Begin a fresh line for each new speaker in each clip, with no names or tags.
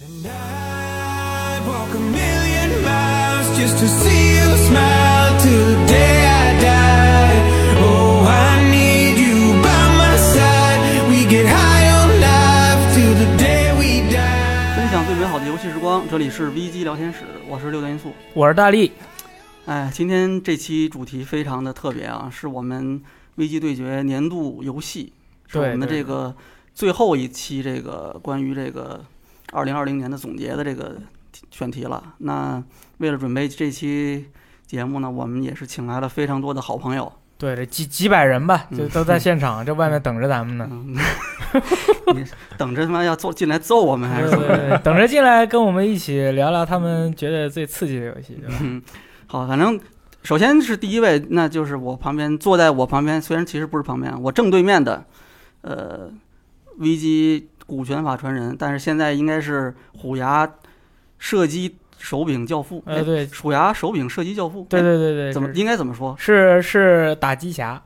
And I'd walk a million miles just to see you smile till the day I die. Oh, I need you by my side. We get high on life till the day we die.
分享最美好的游戏时光，这里是 VG 聊天室，我是六段音速。
我是大力，
哎，今天这期主题非常的特别啊，是我们 VG 对决年度游戏，是我
对
们的
对
这个最后一期这个关于这个二零二零年的总结的这个选题了。那为了准备这期节目呢，我们也是请来了非常多的好朋友。
对，这几几百人吧，
嗯
就都在现场，这外面等着咱们呢。
嗯， 你等着他妈要揍进来揍我们还是
对
怎么
对对，等着进来跟我们一起聊聊他们觉得最刺激的游戏。对吧
嗯， 好，反正首先是第一位，那就是我旁边坐在我旁边，虽然其实不是旁边啊，我正对面的，呃，VG 股权法传人，但是现在应该是虎牙射击手柄教父，
呃，对
哎，虎牙手柄射击教父，
对
哎
对对对，
怎么
是？
应该怎么说
是是打机侠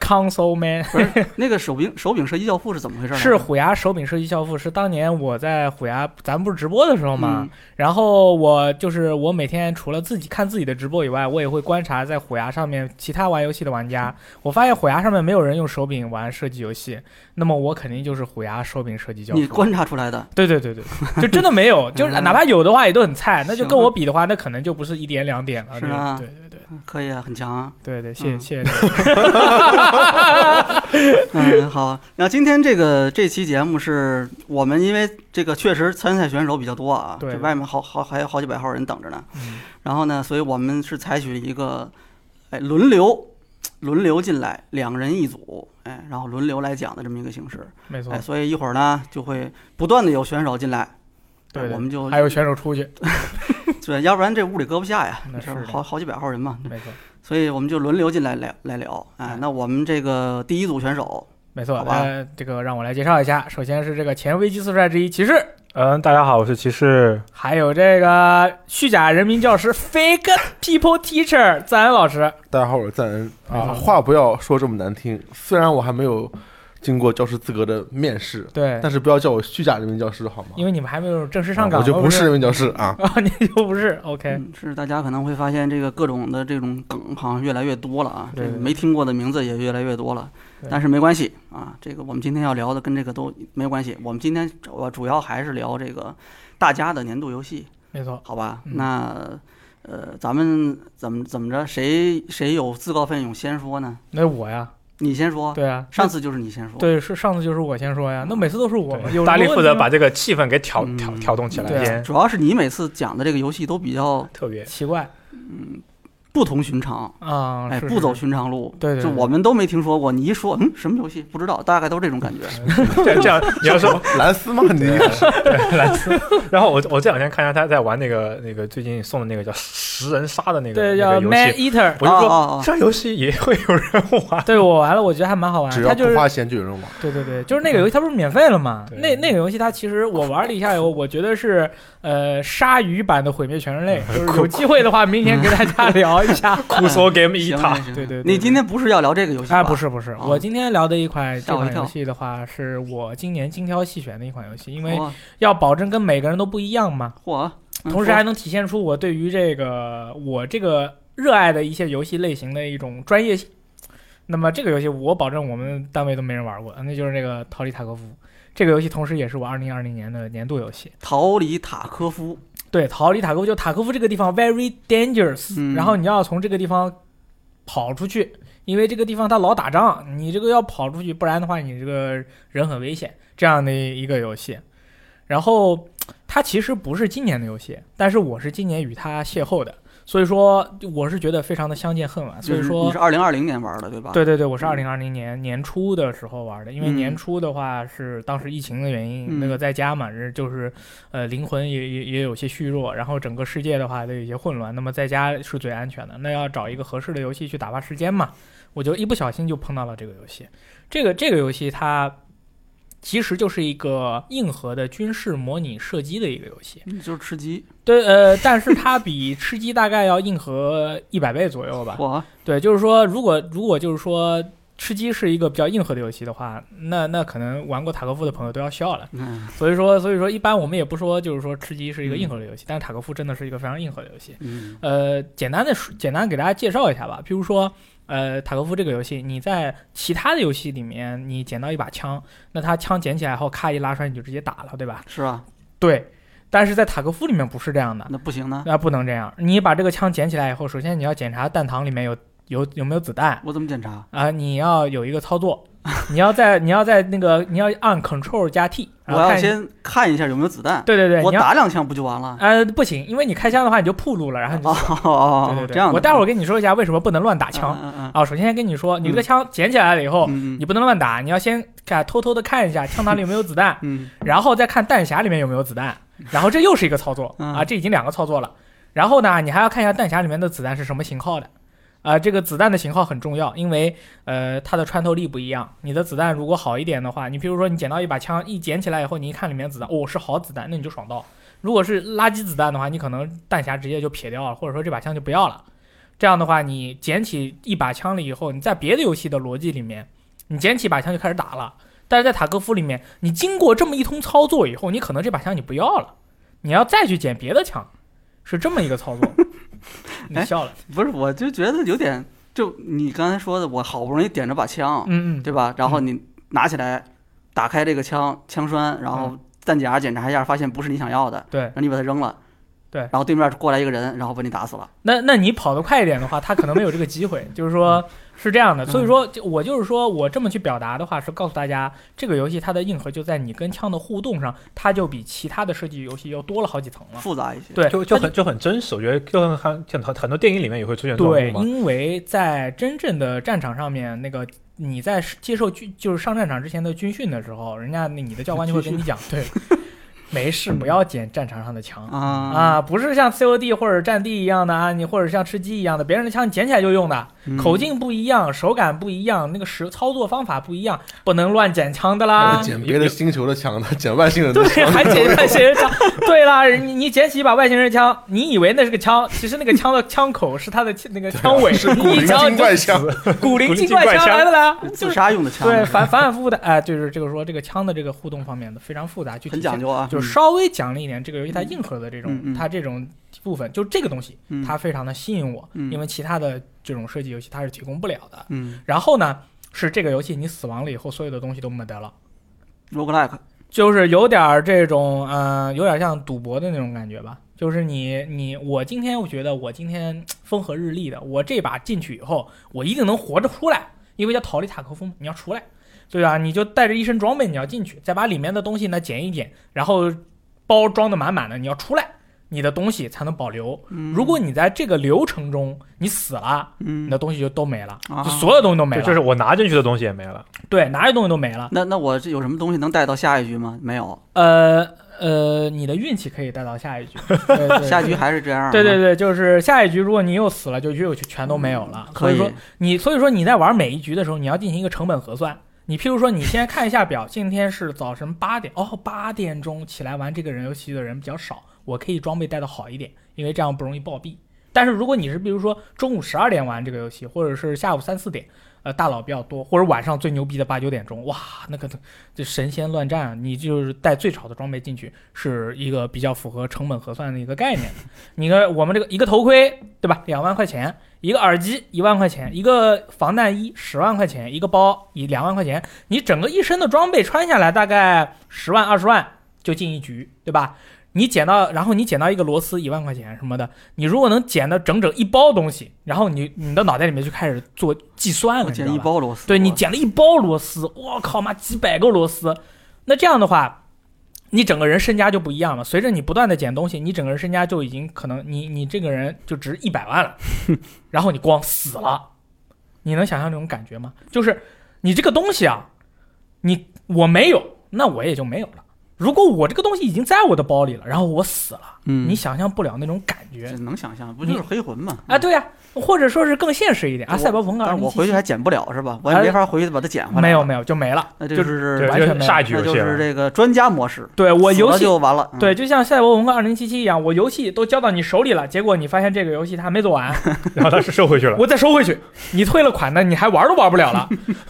，Console Man
不是那个手柄手柄射击教父是怎么回事呢？
是虎牙手柄射击教父，是当年我在虎牙，咱们不是直播的时候嘛，
嗯
然后我就是我每天除了自己看自己的直播以外，我也会观察在虎牙上面其他玩游戏的玩家。我发现虎牙上面没有人用手柄玩射击游戏，那么我肯定就是虎牙手柄射击教
嗯你
父。
观察嗯出来的，
对对对对，就真的没有， 就是哪怕有的话也都很菜。那就
行
跟我比的话，那可能就不是一点两点了。
是啊
对对对
可以啊，很强啊。
对对，谢谢
嗯
谢谢这个。
嗯，好。那今天这个这期节目是我们因为这个确实参赛选手比较多啊，
对
这外面好好还有好几百号人等着呢。
嗯
然后呢，所以我们是采取一个，哎，轮流轮流进来，两人一组，哎，然后轮流来讲的这么一个形式。
没错
哎，，所以一会儿呢就会不断的有选手进来，哎
对对
我们就
还有选手出去，
对，要不然这屋里搁不下呀
那，
这
是的
好好几百号人嘛，
没错
所以我们就轮流进来聊来聊。哎
哎，
那我们这个第一组选手，
没错。
好吧
呃，这个让我来介绍一下，首先是这个前危机四帅之一骑士，
嗯，大家好，我是骑士。
还有这个虚假人民教师 Fake People Teacher 赞恩老师，
大家好，我是赞恩
没错
啊。话不要说这么难听，虽然我还没有经过教师资格的面试，
对，
但是不要叫我虚假人民教师好吗？
因为你们还没有正式上岗，
啊我就
哦
不是人民教师啊。
啊，你就不是 OK，
嗯，是大家可能会发现这个各种的这种梗好像越来越多了啊，这
对
个没听过的名字也越来越多了
对。
但是没关系啊，这个我们今天要聊的跟这个都没关系。我们今天主主要还是聊这个大家的年度游戏，
没错，
好吧？
嗯
那呃，咱们怎么怎么着，谁谁有自告奋勇先说呢？
那我呀，
你先说，
对啊，
上次就是你先说。
对是上次就是我先说呀，那每次都是我
啊对
有
大力
什么
负责
问题吗
把这个气氛给挑
嗯
挑挑动起来，
对啊
也
主要是你每次讲的这个游戏都比较
特别
奇怪
不同寻常，
啊，
哎，
是
不走，寻常路。
对对
就
对
我们都没听说过。你一说，嗯，什么游戏不知道，大概都是这种感觉。
这样这样。你要说，
蓝斯吗？你
然后我我这两天看一下他在玩那个那个最近送的那个叫食人鲨的那
是
个
对，
那
叫
个游
Man
戏，
Eater，
我就
哦
说
哦哦
这游戏也会有人玩。
对我玩了，我觉得还蛮好玩，
只
他
要
就
不
是
花钱就有啊人玩。
对对对，就是那个游戏，它不是免费了吗？
对
那那个游戏，它其实我玩了一下以后，我觉得是呃鲨鱼版的毁灭全人 类。就是有机会的话，明天跟大家聊一下。
酷搜 Game E 一
行
塔，
行行
对对对
你今天不是要聊这个游戏吧？
啊，不，是不是，
啊
我今天聊的一款这
吓我一
款
跳
游戏的话，是我今年精挑细选的一款游戏，因为
嚯
要保证跟每个人都不一样嘛，
哦嚯，嗯
同时还
说
能体现出我对于这个我这个热爱的一些游戏类型的一种专业性。那么这个游戏，我保证我们单位都没人玩过，那就是这个《逃离塔科夫》。这个游戏同时也是我2020年的年度游戏。
逃离塔科夫，
对，逃离塔科夫就塔科夫这个地方 very dangerous，、
嗯
然后你要从这个地方跑出去，因为这个地方它老打仗，你这个要跑出去，不然的话你这个人很危险。这样的一个游戏，然后它其实不是今年的游戏，但是我是今年与它邂逅的，所以说我是觉得非常的相见恨晚。所
就
以
是
说
你是二零二零年玩的对吧？，
对对对，我是
嗯
二零二零年年初的时候玩的，因为
嗯
年初的话是当时疫情的原因，
嗯
那个在家嘛，人就是呃灵魂也也也有些虚弱，然后整个世界的话都有些混乱，那么在家是最安全的，那要找一个合适的游戏去打发时间嘛，我就一不小心就碰到了这个游戏，这个这个游戏它。其实就是一个硬核的军事模拟射击的一个游戏，
你嗯就是吃鸡，
对，呃，但是它比吃鸡大概要硬核一百倍左右吧。
嚯，
对，就是说，如果如果就是说吃鸡是一个比较硬核的游戏的话，那那可能玩过塔科夫的朋友都要笑了。
嗯
所以说，所以说一般我们也不说，就是说吃鸡是一个硬核的游戏，但是塔科夫真的是一个非常硬核的游戏。
嗯
呃，简单的简单给大家介绍一下吧。比如说，呃，塔科夫这个游戏，你在其他的游戏里面，你捡到一把枪，那他枪捡起来后，咔一拉出来你就直接打了，对吧？
是吧？
对。但是在塔科夫里面不是这样的，
那不行呢，
啊那不能这样。你把这个枪捡起来以后，首先你要检查弹膛里面有有有没有子弹
我怎么检查？
啊、你要有一个操作， 你要在你要在那个你要按 Control 加 T，
我
然后
要
看一
先看一下有没有子弹，
对对对，
我
你要
打两枪不就完了？
呃不行，因为你开枪的话你就铺路了，然后你
哦
就
哦哦
啊对
哦
对，对，
这样的。
我待会儿跟你说一下为什么不能乱打枪
嗯嗯
啊。首先先跟你说，你这个枪捡起来了以后，
嗯，
你不能乱打，你要先看偷偷的看一下枪膛里有没有子弹
嗯
然后再看弹匣里面有没有子弹，然后这又是一个操作
嗯
啊，这已经两个操作了。然后呢，你还要看一下弹匣里面的子弹是什么型号的。啊、这个子弹的型号很重要，因为呃，它的穿透力不一样。你的子弹如果好一点的话，你比如说你捡到一把枪，一捡起来以后，你一看里面子弹，哦，是好子弹，那你就爽到；如果是垃圾子弹的话，你可能弹匣直接就撇掉了，或者说这把枪就不要了。这样的话，你捡起一把枪了以后，你在别的游戏的逻辑里面，你捡起一把枪就开始打了。但是在塔科夫里面，你经过这么一通操作以后，你可能这把枪你不要了，你要再去捡别的枪，是这么一个操 作。你
哎
笑了，
嗯，不是，我就觉得有点，就你刚才说的，我好不容易点着把枪，
嗯嗯，
对吧？然后你拿起来，打开这个枪枪栓，然后弹夹检查一下，发现不是你想要的，
嗯对
然后你把它扔了，
对
然后对面过来一个人，然后把你打死了，
那那你跑得快一点的话，他可能没有这个机会，就是
嗯
说是这样的。所以说，就我就是说我这么去表达的话，是告诉大家，这个游戏它的硬核就在你跟枪的互动上，它就比其他的射击游戏要多了好几层了。
复杂一些。
对，
就就
它
很就很真实，我觉得就很很很很多电影里面也会出现这种
对，
人物嘛。
因为在真正的战场上面，那个你在接受军就是上战场之前的军训的时候，人家那你的教官就会跟你 讲，对，没事，不要捡战场上的枪。
嗯
啊
啊，不是像 COD 或者战地一样的啊，你或者像吃鸡一样的，别人的枪你捡起来就用的，
嗯
口径不一样，手感不一样，那个实操作方法不一样，不能乱捡枪的啦。
捡别的星球的枪，他捡外星人的
啊 对，
枪，
还捡外星 人枪。对啦，你你捡起一把外星人枪，你以为那是个枪，其实那个枪的枪口是它的那个枪尾，
啊是古
你一
灵
枪
精
就
怪枪，
古灵
古灵
精
精怪
枪
枪
来的啦，就
自
是
杀用的枪，
对反反反复复的，哎，就是这个说这个枪的这个互动方面的非常复杂，具体
很讲究啊，
就是稍微讲了一点这个游戏它硬核的这种、
嗯嗯
它这种部分，就这个东西、
嗯
它非常的吸引我，
嗯
因为其他的这种射击游戏它是提供不了的。
嗯
然后呢，是这个游戏你死亡了以后，所有的东西都没得了，
，roguelike，
就是有点儿这种，嗯、有点像赌博的那种感觉吧。就是你你我今天我觉得我今天风和日丽的，我这把进去以后，我一定能活着出来，因为叫逃离塔科夫嘛，你要出来，对吧？你就带着一身装备，你要进去，再把里面的东西呢捡一捡，然后包装的满满的，你要出来，你的东西才能保留。
嗯
如果你在这个流程中你死了，
嗯
你的东西就都没了，
啊
就所有东西都没
对，
了，
就是我拿进去的东西也没了。
对，哪有东西都没了。
那那我这有什么东西能带到下一局吗？没有，
呃呃，你的运气可以带到下 一局，对对
下一局还是这样啊。
对对对，就是下一局，如果你又死了，就又就全都没有了。
嗯
所
可以
说你所以说你在玩每一局的时候，你要进行一个成本核算。你譬如说，你先看一下表，今天是早晨八点，哦，八点钟起来玩这个人游戏的人比较少，我可以装备带的好一点，因为这样不容易暴毙。但是如果你是比如说中午十二点玩这个游戏，或者是下午三四点，呃，大佬比较多，或者晚上最牛逼的八九点钟，哇，那个这神仙乱战啊，你就是带最少的装备进去，是一个比较符合成本核算的一个概念。你看我们这个一个头盔，对吧？两万块钱，一个耳机一万块钱，一个防弹衣十万块钱，一个包一两万块钱，你整个一身的装备穿下来大概十万二十万就进一局，对吧？你捡到，然后你捡到一个螺丝一万块钱什么的，你如果能捡到整整一包东西，然后你你的脑袋里面就开始做计算了，
我
你知
捡
道
一
吧？
包螺丝，
对你
我
捡了一包螺丝，我靠妈几百个螺丝，那这样的话，你整个人身家就不一样了。随着你不断的捡东西，你整个人身家就已经可能你你这个人就值一百万了，然后你光死了，你能想象这种感觉吗？就是你这个东西啊，你我没有，那我也就没有了。如果我这个东西已经在我的包里了，然后我死了，
嗯
你想象不了那种感
这
觉
能想象，不就是黑魂嘛？
啊！对呀、或者说是更现实一点啊，
我
赛博朋克
但
2077。
是我回去还捡不了是吧？我也没法回去把它捡回来。
没有没有就没了。
那这就
对，
是
完
就
全没有
下一局
那
游
就
戏
是
了。
这个专家模式，
对我
死
游
了
戏
就完了。嗯
对，，就像《赛博朋克2077》一样，我游戏都交到你手里了，结果你发现这个游戏它还没做完，
然后他是收回去 了。
我再收回去，你退了款呢，你还玩都玩不了了。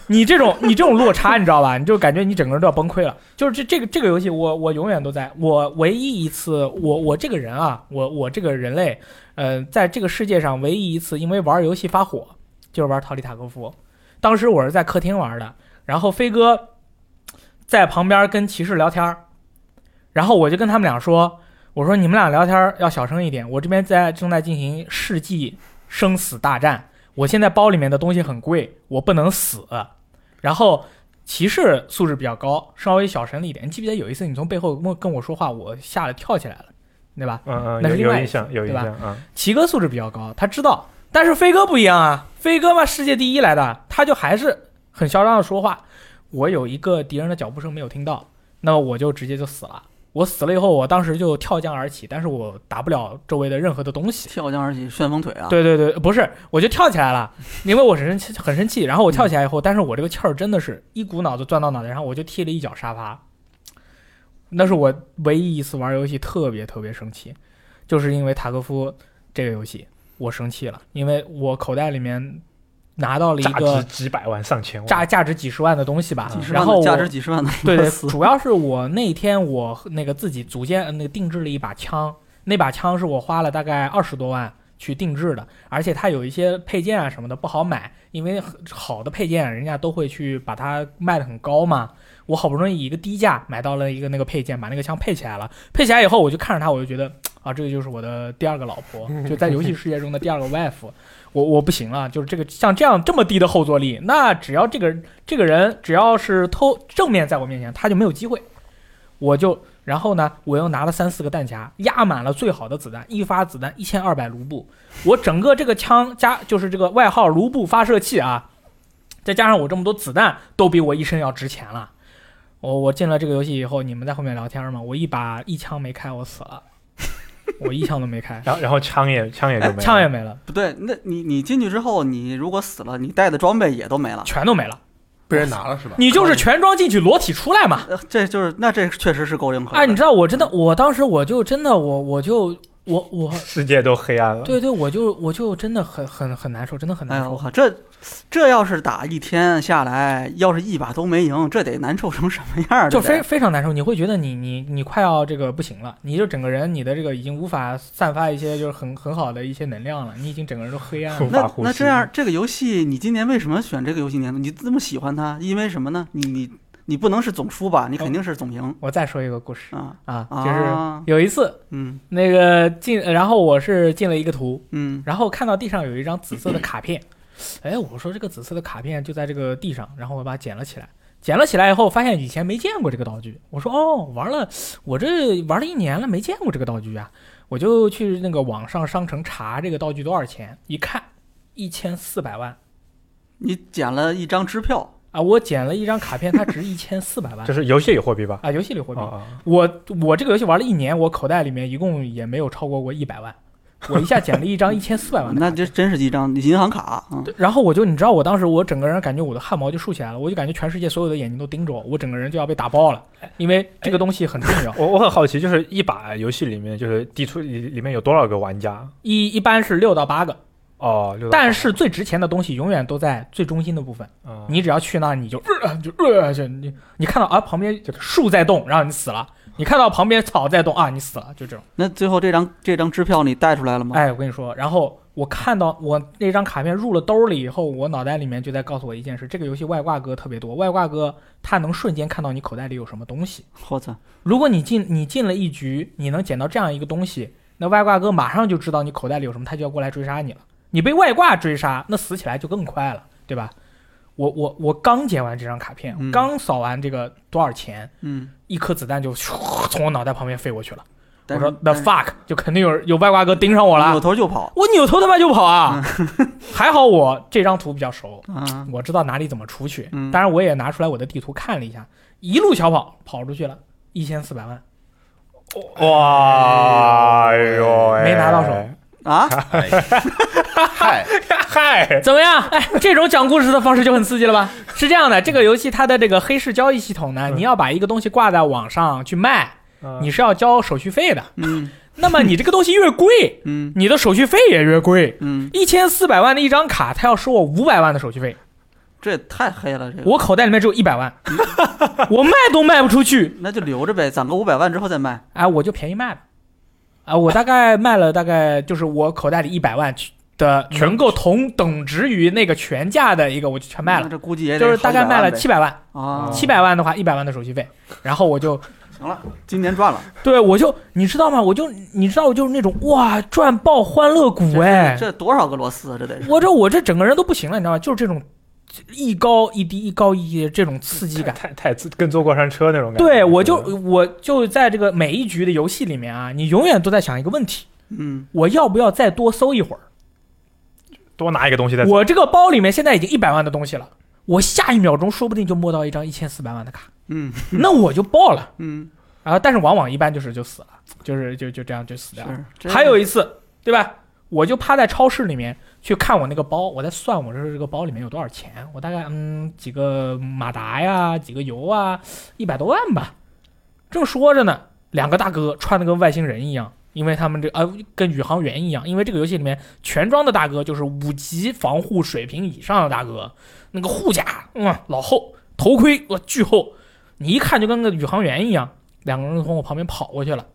你这种你这种落差，你知道吧？你就感觉你整个人都要崩溃了。就是这这个这个游戏我，我永远都在，我唯一一次，我我这个人啊，我我这个人类，呃，在这个世界上唯一一次因为玩游戏发火，就是玩《逃离塔科夫》。当时我是在客厅玩的，然后飞哥在旁边跟骑士聊天儿，然后我就跟他们俩说：“我说你们俩聊天儿要小声一点，我这边在正在进行世纪生死大战，我现在包里面的东西很贵，我不能死。”然后骑士素质比较高，稍微小神了一点。你记不记得有一次你从背后跟我跟我说话，我吓得跳起来了，对吧？
嗯嗯，
那是
有
另
有
外一
印象，有印
对吧
象啊。嗯
奇哥素质比较高，他知道。但是飞哥不一样啊，飞哥嘛世界第一来的，他就还是很嚣张的说话。我有一个敌人的脚步声没有听到，那么我就直接就死了。我死了以后，我当时就跳江而起，但是我打不了周围的任何的东西。
跳江而起，旋风腿啊！，
对对对，不是，我就跳起来了，因为我很生气，很生气。然后我跳起来以后，但是我这个气儿真的是一股脑子钻到脑袋，然后我就踢了一脚沙发。那是我唯一一次玩游戏特别特别生气，就是因为塔科夫这个游戏，我生气了，因为我口袋里面拿到了一
价值
个
几百万、上千万，
价价值几十万的东西吧
几，，
十
然
万
后
的
我
价值几十万的，
对对
死
主要是我那天我那个自己组建呃那个定制了一把枪，那把枪是我花了大概二十多万去定制的，而且它有一些配件啊什么的不好买，因为很好的配件人家都会去把它卖得很高嘛。我好不容易以一个低价买到了一个那个配件，把那个枪配起来了。配起来以后，我就看着它，我就觉得啊，这个就是我的第二个老婆，就在游戏世界中的第二个 wife。我我不行了，就是这个像这样这么低的后坐力，那只要这个这个人只要是偷正面在我面前，他就没有机会。我就然后呢，我又拿了三四个弹夹，压满了最好的子弹，一发子弹一千二百卢布，我整个这个枪加就是这个外号卢布发射器啊，再加上我这么多子弹，都比我一身要值钱了。我我进了这个游戏以后，你们在后面聊天嘛，我一把一枪没开，我死了，我一枪都没开
然后然后枪也枪也就没了，
枪也没了，
不对，那你你进去之后，你如果死了，你带的装备也都没了。
全都没了。
被人拿了是吧？
你就是全装进去，裸体出来嘛。
呃这就是那这确实是够硬核的。
哎，你知道我真的，我当时我就真的，我我就我我，
世界都黑暗了。
对对，我就我就真的很很很难受，真的很
哎
难
呦我
受。
靠，这这要是打一天下来，要是一把都没赢，这得难受成什么样儿？
就
这得
非非常难受，你会觉得你你你快要这个不行了，你就整个人你的这个已经无法散发一些就是很很好的一些能量了，你已经整个人都 黑暗了。
无法
那
呼
那
吸
这样，这个游戏你今年为什么选这个游戏年度？你这么喜欢它，因为什么呢？你你你不能是总输吧？你肯定是总赢
我再说一个故事
啊！
啊，就是
啊，
有一次
嗯
那个进，然后我是进了一个图，
嗯
然后看到地上有一张紫色的卡 片，哎，我说这个紫色的卡片就在这个地上，然后我把它捡了起来。捡了起来以后，发现以前没见过这个道具。我说哦，玩了，我这玩了一年了，没见过这个道具啊。我就去那个网上商城查这个道具多少钱，一看一千四百万
你捡了一张支票，
啊！我捡了一张卡片，它 值一千四百万
这是游戏里货币吧？
啊！游戏里货币，
啊啊！
我我这个游戏玩了一年，我口袋里面一共也没有超过过一百万。我一下捡了一 张一千四百万的卡
啊那
片
这真是一张银行卡啊！
对，然后我就你知道，我当时我整个人感觉我的汗毛就竖起来了，我就感觉全世界所有的眼睛都盯着我，我整个人就要被打爆了，因为这个东西很重要。
我我很好奇，就是一把游戏里面，就是地图里里面有多少个玩家？
一一般是六到八个，
哦，六到八
但是最值钱的东西永远都在最中心的部分。
啊
你只要去那，你就呃就呃就你你看到啊旁边就树在动，然后你死了；你看到旁边草在动啊，你死了，就这种。
那最后这张这张支票你带出来了吗？
哎，我跟你说，然后我看到我那张卡片入了兜里以后，我脑袋里面就在告诉我一件事：这个游戏外挂哥特别多，外挂哥他能瞬间看到你口袋里有什么东西。
我操！
如果你进你进了一局，你能捡到这样一个东西，那外挂哥马上就知道你口袋里有什么，他就要过来追杀你了。你被外挂追杀，那死起来就更快了，对吧？我我我刚捡完这张卡片，
嗯
刚扫完这个多少钱，
嗯，
一颗子弹就咻从我脑袋旁边飞过去了。我
但是
说 the
但是嗯
fuck，就肯定有人有外挂哥盯上我
哎扭
了，
头就跑
我扭头他妈就跑啊！
嗯
还好我这张图比较熟，
啊！
我知道哪里怎么出去。
嗯
当然，我也拿出来我的地图看了一下，一路小跑跑出去了。一千四百万，
哇，哎呦喂，
没拿到手
啊，
哎嗨，
嗨，
怎么样？哎，这种讲故事的方式就很刺激了吧？是这样的，这个游戏它的这个黑市交易系统呢，
嗯
你要把一个东西挂在网上去卖，
嗯
你是要交手续费的。
嗯
那么你这个东西越贵，
嗯
你的手续费也越贵。
嗯，
一千四百万的一张卡，他要收我五百万的手续费，
这也太黑了，
嗯
这个
我口袋里面只有一百 万，我卖都卖不出去，
那就留着呗，攒个五百万之后再卖。
哎，我就便宜卖了，啊，我大概卖了大概就是我口袋里一百万的
嗯
能够同等值于那个全价的一个，我就全卖
那
了，
这估计也得
就是大
好
概
几百
卖
万
了
呗
七百万。
啊，
七百万的话，一百万的手续费，然后我就
行了，今年赚了。
对我就你知道吗？我就你知道我就是那种哇赚爆欢乐谷哎，
这多少个螺丝啊？这得是
我这我这整个人都不行了，你知道吗？就是这种一高一低一高一低这种刺激感。
太太跟坐过山车那种感觉。
对我就我就在这个每一局的游戏里面啊，你永远都在想一个问题：
嗯，
我要不要再多搜一会儿？
多拿一个东西再走
我这个包里面现在已经一百万的东西了，我下一秒钟说不定就摸到一张一千四百万的卡，
嗯
那我就爆了。
嗯，
然后呃但是往往一般就是就死了，就是就就这样就死掉了。
是。这
还有一次，对吧？我就趴在超市里面去看我那个包，我在算我这这个包里面有多少钱，我大概嗯几个马达呀，几个油啊，一百多万吧。正说着呢，两个大哥穿的跟外星人一样，因为他们这呃跟宇航员一样，因为这个游戏里面全装的大哥就是五级防护水平以上的大哥，那个护甲嗯老厚，头盔我巨厚，你一看就跟个宇航员一样。两个人从我旁边跑过去了，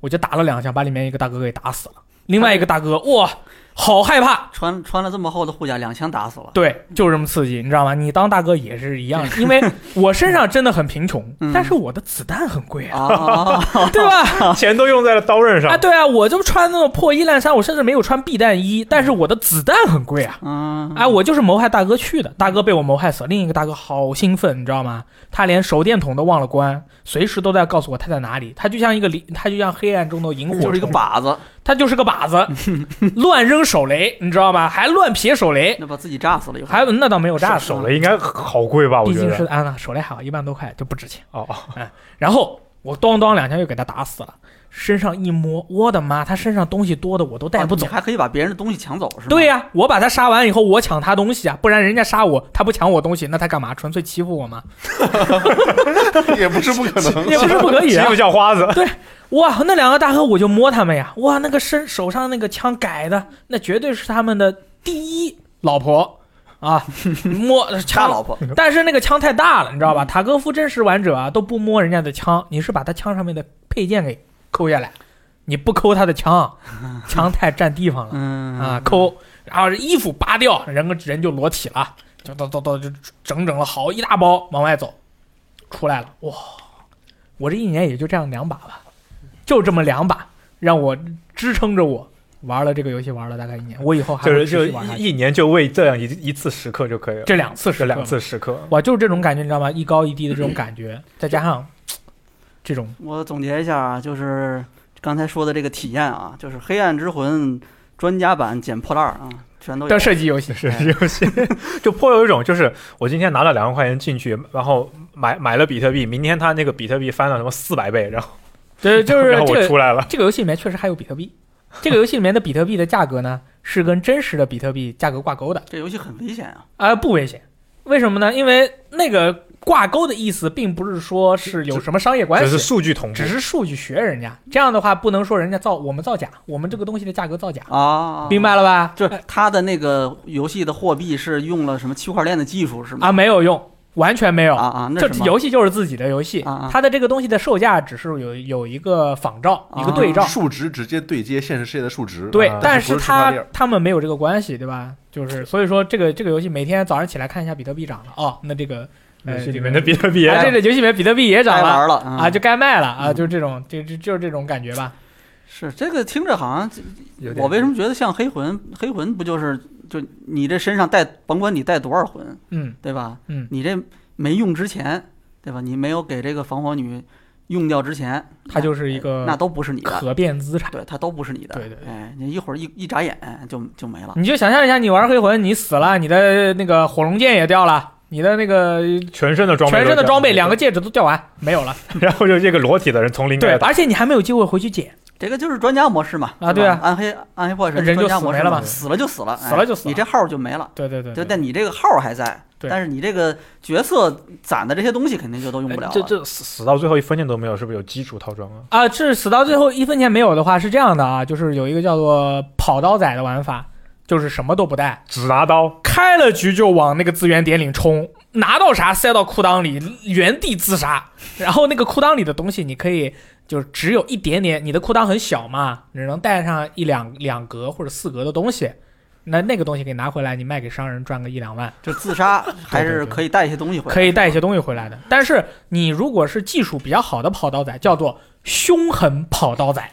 我就打了两下，把里面一个大哥给打死了。另外一个大哥，哇，好害怕！
穿穿了这么厚的护甲，两枪打死了。
对，就是这么刺激，你知道吗？你当大哥也是 一样的，因为我身上真的很贫穷，
嗯
但是我的子弹很贵啊，
啊，
对 吧？
钱都用在了刀刃
啊，
上。
对啊，我就穿那种破衣烂衫，我甚至没有穿避弹衣，但是我的子弹很贵啊。
嗯，
哎，我就是谋害大哥去的，大哥被我谋害死了。另一个大哥好兴奋，你知道吗？他连手电筒都忘了关，随时都在告诉我他在哪里。他就像一个灵，他就像黑暗中的萤火虫，
就是一个靶子，
他就是个靶子， 乱扔手雷，你知道吗？还乱撇手雷，
那把自己炸死了以后，啊
还有那倒没有炸死
手，雷应该好贵吧？我
毕
觉
竟是
得。
安了手雷好一万多块就不值钱。
哦哦，
然后我咣当两枪又给他打死了，身上一摸，我的妈，他身上东西多的我都带不走
你。还可以把别人的东西抢走是吗？
对、呀、我把他杀完以后，我抢他东西啊，不然人家杀我，他不抢我东西，那他干嘛？纯粹欺负我吗？
也不是不可能。
也不 是不可以
欺
啊
负。叫花子，
哇，那两个大哥我就摸他们呀，哇，那个身手上那个枪改的，那绝对是他们的第一老婆啊，摸
大
枪
老婆，
但是那个枪太大了，你知
嗯
道吧？塔科夫真实玩者啊都不摸人家的枪，你是把他枪上面的配件给抠下来，你不抠他的 枪，枪太占地方了
嗯
啊，抠，然后衣服扒掉，人个人就裸体了，就到到到就整整了好一大包往外走，出来了，哇，我这一年也就这样两把吧，就这么两把让我支撑着我玩了这个游戏玩了大概一年，我以后还
就
会
是
持
就
续玩下去。
一一年就为这样一一次时刻就可以了，
这两次
这
是
两次时刻。
哇，就是这种感觉，你知道吗？一高一低的这种感
嗯
觉，再加上这种，
我总结一下啊，就是刚才说的这个体验啊，就是《黑暗之魂》专家版捡破烂儿啊，全都有
但。射击游 戏
是游戏，就颇有一种就是我今天拿了两万块钱进去，然后买买了比特币，明天它那个比特币翻了什么四百倍，然后
对，就是
然后我
这
出
个
来了，
这个游戏里面确实还有比特 币。这个游戏里面的比特币的价格呢，是跟真实的比特币价格挂钩的，
这游戏很危险啊，
啊、不危险。为什么呢？因为那个挂钩的意思，并不是说是有什么商业关
只是
系，
数据同步
哎只。是数据学人家。这样的话，不能说人家造我们造假，我们这个东西的价格造假，
啊，
明？白了吧？
就是它的那个游戏的货币是用了什么区块链的技术是吗？
啊，没有用，完全没有
啊啊，那
这
是什么
游戏就是自己的游戏，
啊啊
它的这个东西的售价只是有有一个仿照，
啊
一个对照。
数值直接对接现实世界的数值，
对，
啊
但
但是
是
不是区块
它
链
他们没有这个关系，对吧？就是所以说，这个这个游戏每天早上起来看一下比特币涨了哦，那这个呃
游戏
这
里
个
面的比特币也
啊，这个游戏里面比特币也涨
该
了
玩了
啊，就该卖了啊，
嗯
就是这种就就就是这种感觉吧。
是这个听着好像
有点
我为什么觉得像黑魂？黑魂不就是就你这身上带，甭管你带多少魂，
嗯
对吧？
嗯，
你这没用之前，对吧？你没有给这个防火女用掉之前，
它就是一
那
个
那都不是你的，
可变资产。
对，它都不是你的。
对对对
哎，你一会儿一一眨眼就就没了。
你就想象一下，你玩黑魂，你死了，你的那个火龙剑也掉了，你的那个
全身的装备，
全身的装备，两个，戒指都掉完，没有了。
然后就这个裸体的人从零
对
开，始打，
而且你还没有机会回去捡，
这个就是专家模式嘛，是
啊
吧
对啊
暗黑暗黑破神
人就
专家模式
死没了嘛
嘛死了就死了，
死了就死
哎
了
你这号就没了，
对对对
就
对，
但你这个号还在，
对
但是你这个角色攒的这些东西肯定就都
哎
用不了
这
了。
这死死到最后一分钱都没有，是不是有基础套装啊？
啊，是死到最后一分钱没有的话是这样的啊，就是有一个叫做跑刀仔的玩法，就是什么都不带，
只拿刀，
开了局就往那个资源点里冲，拿到啥塞到裤裆里，原地自杀。然后那个裤裆里的东西，你可以就是只有一点点，你的裤裆很小嘛，只能带上一两两格或者四格的东西。那那个东西给拿回来，你卖给商人赚个一两万，
就自杀还是可以带一些东西回来，
可以带一些东西回来的。但是你如果是技术比较好的跑刀仔，叫做凶狠跑刀仔，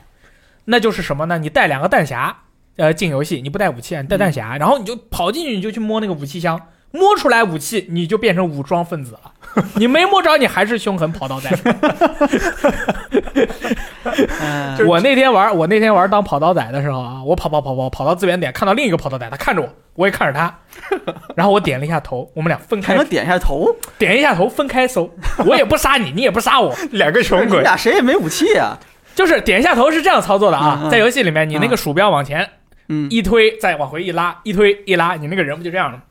那就是什么呢？你带两个弹匣，呃，进游戏你不带武器啊，你带弹匣，然后你就跑进去，你就去摸那个武器箱，摸出来武器，你就变成武装分子了。你没摸着，你还是凶狠跑刀仔。
嗯，
我那天玩，我那天玩当跑刀仔的时候啊，我跑跑跑跑跑到资源点，看到另一个跑刀仔，他看着我，我也看着他，然后我点了一下头，我们俩分
还
开
能点一下头，
点一下头，分开搜，我也不杀你，你也不杀我，
两个穷
你
鬼，
俩谁也没武器啊，
就是点一下头是这样操作的啊，
嗯嗯
在游戏里面，你那个鼠标往前
嗯，
一推，再往回一拉，一推一拉，你那个人不就这样了吗？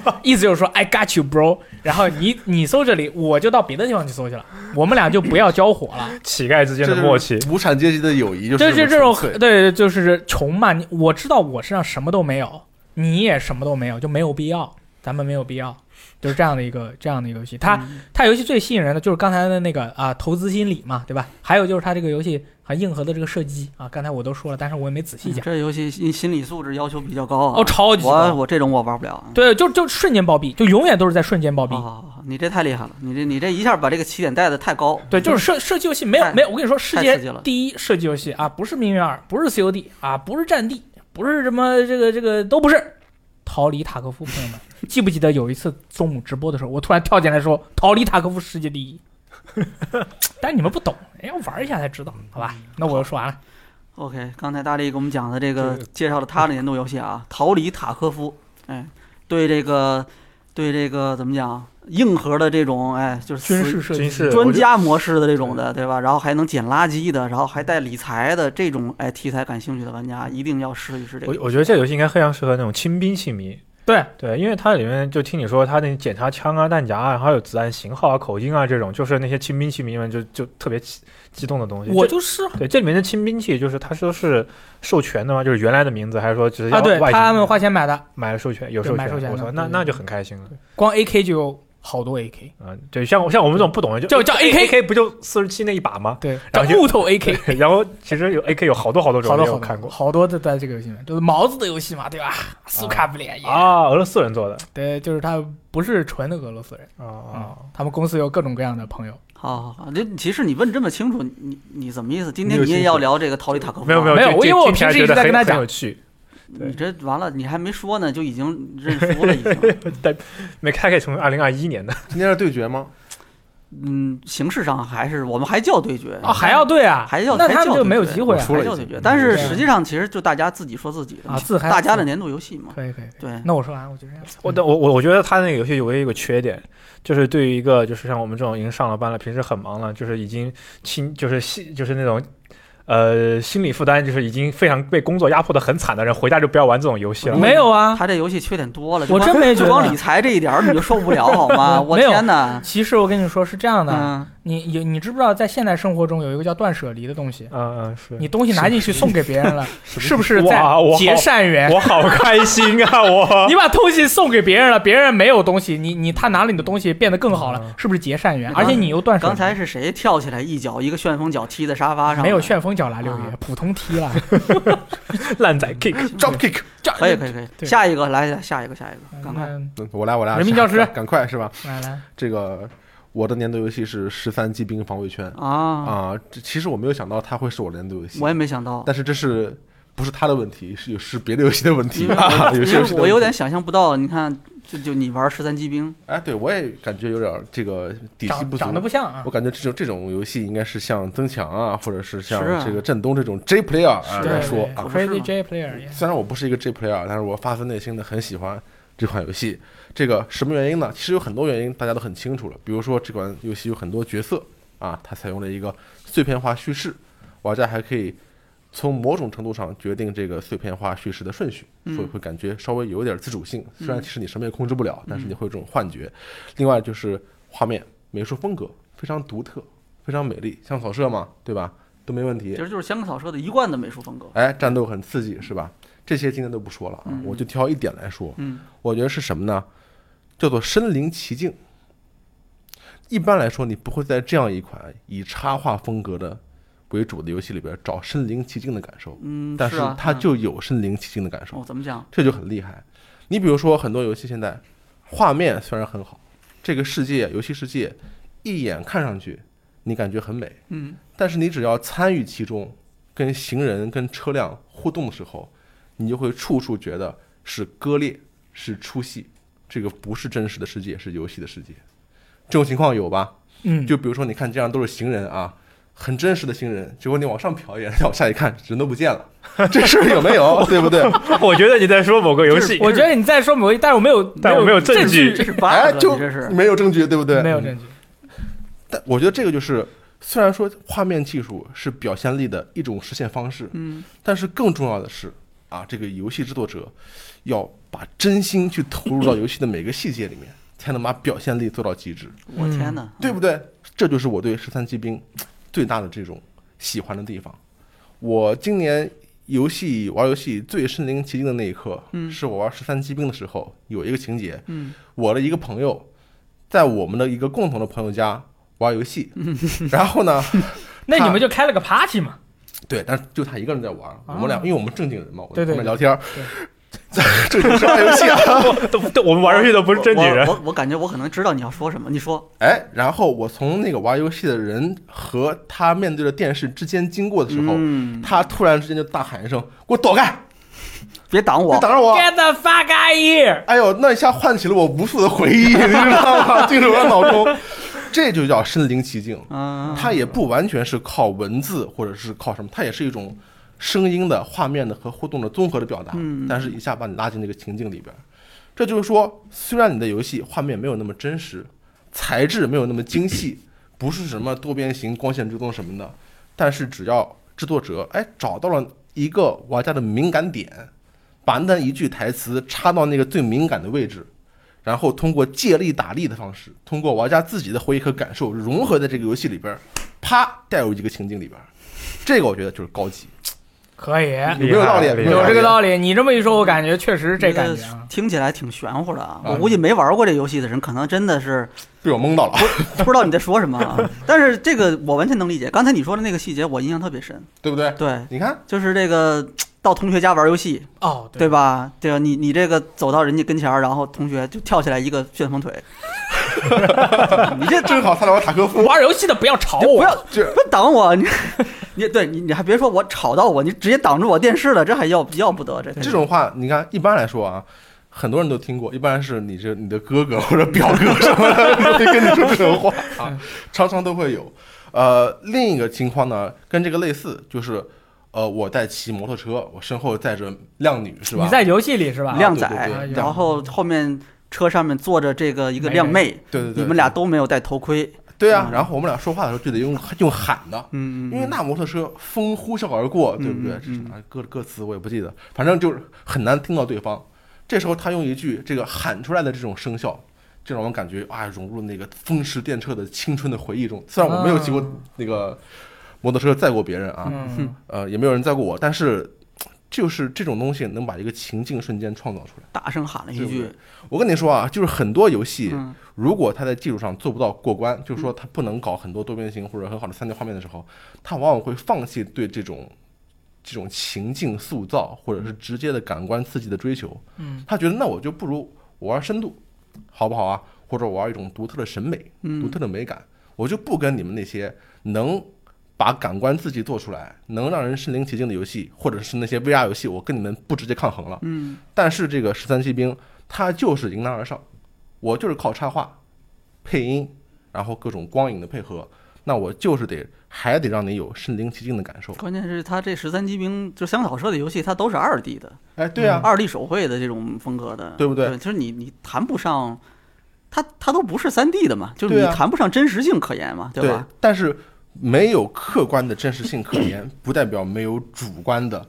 意思就是说 I got you bro，然后你你搜这里，我就到别的地方去搜去了，我们俩就不要交火了。
乞丐之间
这就
的
是
默契，
无产阶级的友谊就是
就是这
这
种
么纯粹
对，就是穷嘛。你我知道我身上什么都没有，你也什么都没有，就没有必要，咱们没有必要，就是这样的一个这样的一个游戏。它
嗯
它游戏最吸引人的就是刚才的那个啊投资心理嘛，对吧？还有就是它这个游戏很硬核的这个射击啊，刚才我都说了，但是我也没仔细
嗯
讲。
这游戏心心理素质要求比较高啊，
哦，超级
我
高
我这种我玩不了啊。
对，就就瞬间暴毙，就永远都是在瞬间暴毙。
哦，你这太厉害了，你这你这一下把这个起点带的太高，
对，就是射射击游戏没有
太
没有，我跟你说，世
太
界
刺激了
第一射击游戏啊，不是《命运二》，不是 COD 啊，不是《战地》，不是什么这个这个都不是。逃离塔科夫，朋友们，记不记得有一次中午直播的时候，我突然跳进来说逃离塔科夫世界第一， 但你们不懂，要玩一下才知道，好
嗯
吧？那我就说完了。
OK，刚才大力给我们讲的这
这
个
个
介绍了他的年度游戏啊，《逃离塔科夫》。哎，对这个，对这个怎么讲？硬核的这种，哎，就是
军
死
事射
军
击，
事
专家模式的这种的，对吧？然后还能捡垃圾的，然后还带理财的这种，哎，题材感兴趣的玩家一定要试一试这
我
个。
我觉得这游戏应该非常适合那种轻兵器迷。
对
对，因为它里面就听你说，它那检查枪啊、弹夹啊，还有子弹型号啊、口径啊这种，就是那些轻兵器迷们就就特别激激动的东西。
我
这
就是
对这里面的轻兵器，就是它说是授权的吗？就是原来的名字，还是说只是
啊，
要
对
外形
他们花钱买的，
买了授权，有
对
授
买授权
我操，
的
那
对
那
对
就很开心了
光 AK 就有好多 AK，
啊！对，像我像我们这种不懂的，就
就叫
A
AK
K 不就四十七那一把吗？
对，
然
叫
后就
木头 AK，
然后其实有 A K 有好多好多种，
好多
没有
好
看
多
过
好多的在这个游戏里面，就是毛子的游戏嘛，对吧？苏卡布列耶，
啊，俄罗斯人做的
对，就是他不是纯的俄罗斯人
啊
啊、，他们公司有各种各样的朋友，
好好好，这其实你问这么清楚，你你什么意思？今天
没有
你也
兴趣
要聊这个《逃离塔科夫》啊？
没有没有，
没有
这这
因为我
听起来
平时一直
觉得
在跟
很
他讲
很有趣，对
你这完了，你还没说呢，就已经认输了，已 经。
没开开从二零二一年的，
今天是对 决吗？
嗯，形式上还是我们还叫对决
啊，还要对
哦
啊，
还要
那
还
他们
叫
就没有
对决
机会
我
啊
输，了
还
已
叫
经
对决，但是
对啊
实际上其实就大家自己说自己的
啊自嗨
大家的年度游戏嘛。
可以可以，
对，
那我说完了我就这样，
我但我我我觉得他那个游戏有唯一一个缺点，就是对于一个就是像我们这种已经上了班了，平时很忙了，就是已经心就是心就是那种。呃，心理负担就是已经非常被工作压迫的很惨的人，回家就不要玩这种游戏了。
没有啊，
他这游戏缺点多了，
我
就
真
光
没觉
就光
得
理财这一点儿你就受不了好吗？ 我
没有
天哪！
其实我跟你说是这样的，
嗯，
你你你知不知道在现代生活中有一个叫断舍离的东西？
嗯嗯，是
你东西拿进去送给别人了，是不是在
哇我好
结善缘？
我好开心啊！我
你把东西送给别人了，别人没有东西，你你他拿了你的东西变得更好了
嗯，
是不是结善缘？
那
而
刚
且你又 断手，
刚才是谁跳起来一脚一个旋风脚踢在沙发上？
没有。旋风脚啦，六
啊
爷，普通踢啦。
烂仔 kick，
Drop kick，
这
可以 可以可以，
哎对
下一个来下一个下一个，
嗯
赶快！
嗯我来我来，
人民教师
赶快是吧？
来来，
这个我的年度游戏是《十三机兵防卫圈》
嗯
啊！
啊，这其实我没有想到它会是我的年度游戏
我，也没想到，
但是这是不是他的问题？是是别的游戏的问题
因为
啊，
我
有些游戏
因
的
为我有
问
点
题
想象不到。你看，就就你玩十三机兵，
哎，对我也感觉有点这个底气
长
不足
长。得不像啊
我。感觉这种这种游戏应该是像曾强啊，或者是像
是啊
这个振东这种 J player 啊
对
来说啊，
不是
，Crazy
吗
J Player，
啊虽然我不是一个 J player，但是我发自内心的很喜欢这款游戏。这个什么原因呢？其实有很多原因，大家都很清楚了。比如说这款游戏有很多角色啊，它采用了一个碎片化叙事，玩家还可以从某种程度上决定这个碎片化叙事的顺序，
嗯
所以会感觉稍微有点自主性。虽然
嗯
其实你什么也控制不了，但是你会有这种幻觉。另外就是画面美术风格非常独特，非常美丽，像草社嘛，对吧？都没问题。
其实就是香港草社的一贯的美术风格。
哎，战斗很刺激，是吧？这些今天都不说了啊，
嗯
我就挑一点来说，
嗯
我觉得是什么呢？叫做身临其境。一般来说，你不会在这样一款以插画风格的为主的游戏里边找身临其境的感受，
嗯，
但
是
是
啊
它
嗯
就有身临其境的感受，
哦，怎么讲？
这就很厉害。你比如说，很多游戏现在画面虽然很好，这个世界游戏世界一眼看上去你感觉很美，
嗯，
但是你只要参与其中，跟行人、跟车辆互动的时候，你就会处处觉得是割裂、是出戏，这个不是真实的世界，是游戏的世界。这种情况有吧？
嗯，
就比如说，你看这样都是行人啊，很真实的行人，结果你往上瞟一眼，再往下一看，人都不见了，这事儿有没有？对不对？
我觉得你在说某个游戏，
我觉得你在说某一，但是我没有，
但我没有证
证
据嗯
这是 bug，
哎，
你
就
这是
没有证据，对不对？
没有证据。
但我觉得这个就是，虽然说画面技术是表现力的一种实现方式，
嗯，
但是更重要的是啊，这个游戏制作者要把真心去投入到游戏的每个细节里面，才能把表现力做到极致，
我天
嗯
哪，
对不对？这就是我对十三骑兵最大的这种喜欢的地方。我今年游戏玩游戏最身临其境的那一刻，
嗯
是我玩十三骑兵的时候，有一个情节，
嗯，
我的一个朋友在我们的一个共同的朋友家玩游戏，然后呢，
那你们就开了个 party 嘛？
对，但是就他一个人在玩，我们俩，因为我们正经人嘛，我
对
在
对
旁边聊天儿
对，
在正经说玩游戏啊，
得都都我们玩游戏都不是正经人
我。我我感觉我可能知道你要说什么，你说，
哎，然后我从那个玩游戏的人和他面对着电视之间经过的时候，
嗯，
他突然之间就大喊一声：“给我躲开！
别挡
你
我，
挡着我
Get the fuck out here！！”
哎呦，那一下唤起了我无数的回忆，你知道吗？ 进入我的脑中，这就叫身临其境。
嗯，
它也不完全是靠文字或者是靠什么，它也是一种声音的、画面的和互动的综合的表达。
嗯
但是一下把你拉进那个情境里边儿，这就是说，虽然你的游戏画面没有那么真实，材质没有那么精细，不是什么多边形、光线追踪什么的，但是只要制作者哎找到了一个玩家的敏感点，把那一句台词插到那个最敏感的位置，然后通过借力打力的方式，通过玩家自己的回忆和感受融合在这个游戏里边儿，啪带入一个情境里边儿，这个我觉得就是高级，
可以，
有没有道理？
厉害
有这个
理。
道理。你这么一说，我感觉确实这感觉啊。
听起来挺玄乎的啊！
啊
我估计没玩过这游戏的人，可能真的是
被我蒙到了，
不知道你在说什么 啊。但是这个我完全能理解。刚才你说的那个细节，我印象特别深。
对不对？
对，
你看，
就是这个到同学家玩游戏，
哦，
对，吧？对吧？你你这个走到人家跟前儿，然后同学就跳起来一个旋风 腿，你这
正好他聊塔科夫，
玩游戏的不要吵
不
我。
要
这
不挡我，你你对你你还别说我吵到我，你直接挡住我电视了，这还要要不得这
这种话，你看一般来说啊，很多人都听过，一般是你这你的哥哥或者表哥什么的 会跟你说这种话啊，常常都会有。呃，另一个情况呢，跟这个类似，就是呃，我在骑摩托车，我身后载着靓女，是吧？
你在游戏里是吧？
靓仔
啊对对对，
然后后面车上面坐着这个一个靓妹，
对对对，
你们俩都没有戴头盔，
对啊
嗯。
然后我们俩说话的时候就得用 用喊的，
嗯，
因为那摩托车风呼啸而过，对不对？
嗯
这是
嗯
哪歌歌词我也不记得，反正就是很难听到对方。这时候他用一句这个喊出来的这种声效，就让我感觉啊，融入那个风驰电掣的青春的回忆中。虽然我没有骑过
啊
那个摩托车载过别人啊，
嗯，
呃，也没有人载过我，但是就是这种东西能把一个情境瞬间创造出来。
大声喊了一
对不
句
对，我跟你说啊，就是很多游戏，
嗯
如果它在技术上做不到过关，就是说它不能搞很多多边形或者很好的三 D 画面的时候，它往往会放弃对这种这种情境塑造或者是直接的感官刺激的追求。
嗯，
他觉得那我就不如我玩深度，好不好啊？或者我玩一种独特的审美、独特的美感，我就不跟你们那些能。把感官刺激做出来，能让人身临其境的游戏，或者是那些 VR 游戏，我跟你们不直接抗衡了。
嗯，
但是这个十三骑兵它就是迎难而上，我就是靠插画、配音，然后各种光影的配合，那我就是得还得让你有身临其境的感受。
关键是它这十三级兵就香草社的游戏，它都是二 D 的，
哎，对啊，
二 D 手绘的这种风格的，
对不对
对？就是你你谈不上，它它都不是三 D 的嘛，就是
对
你
啊
谈不上真实性可言嘛，对吧？
但是没有客观的真实性 可言，不代表没有主观的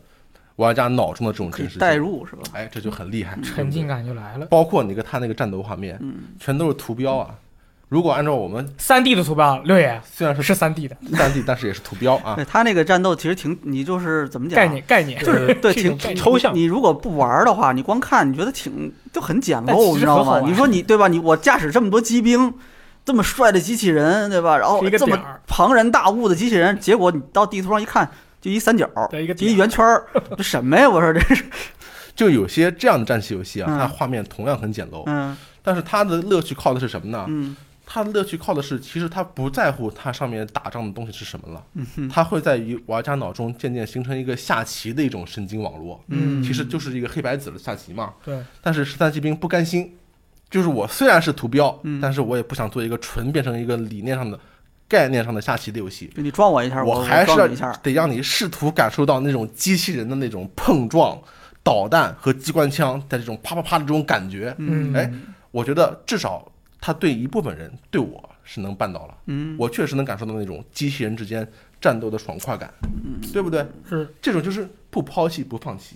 玩家脑中的这种
可
真
以
实
代
性。
入是吧？
哎，这就很厉害，
沉浸
对不
感就来了
对。。包括你跟他那个战斗画面，
嗯，
全都是图标啊。如果按照我们
三 D 的图标，六爷
虽然是
是三 D 的
三 D，但是也是图标啊。
对他那个战斗其实挺，你就是怎么讲啊？
概念概 念，
就是
对，
这
挺
种概念
抽象
你你如果不玩儿的话，你光看，你觉得挺就很简
但其实
陋，你知道
很好
吗？
玩
你说你对吧？你我驾驶这么多机兵，这么帅的机器人，对吧？然后
是一个
这么
点儿
庞然大物的机器人，结果你到地图上一看，就一三角，
对一个
就一
点
圆圈儿，这什么呀？我说这是，
就有些这样的战棋游戏啊，
嗯
它画面同样很简陋，
嗯
但是它的乐趣靠的是什么呢？
嗯
它的乐趣靠的是，其实它不在乎它上面打仗的东西是什么了，
嗯哼
它会在于玩家脑中渐渐形成一个下棋的一种神经网络。
嗯，
其实就是一个黑白子的下棋嘛。
对，
但是十三骑兵不甘心，就是我虽然是图标，
嗯
但是我也不想做一个纯变成一个理念上的、概念上的下棋的游戏，
就你撞我一下，我
还是
撞
要
你一下，
得让你试图感受到那种机器人的那种碰撞、导弹和机关枪在这种啪啪啪的这种感觉。
嗯
哎，我觉得至少他对一部分人，对我是能办到了。
嗯，
我确实能感受到那种机器人之间战斗的爽快感，
嗯
对不对？
是
这种就是不抛弃不放 弃，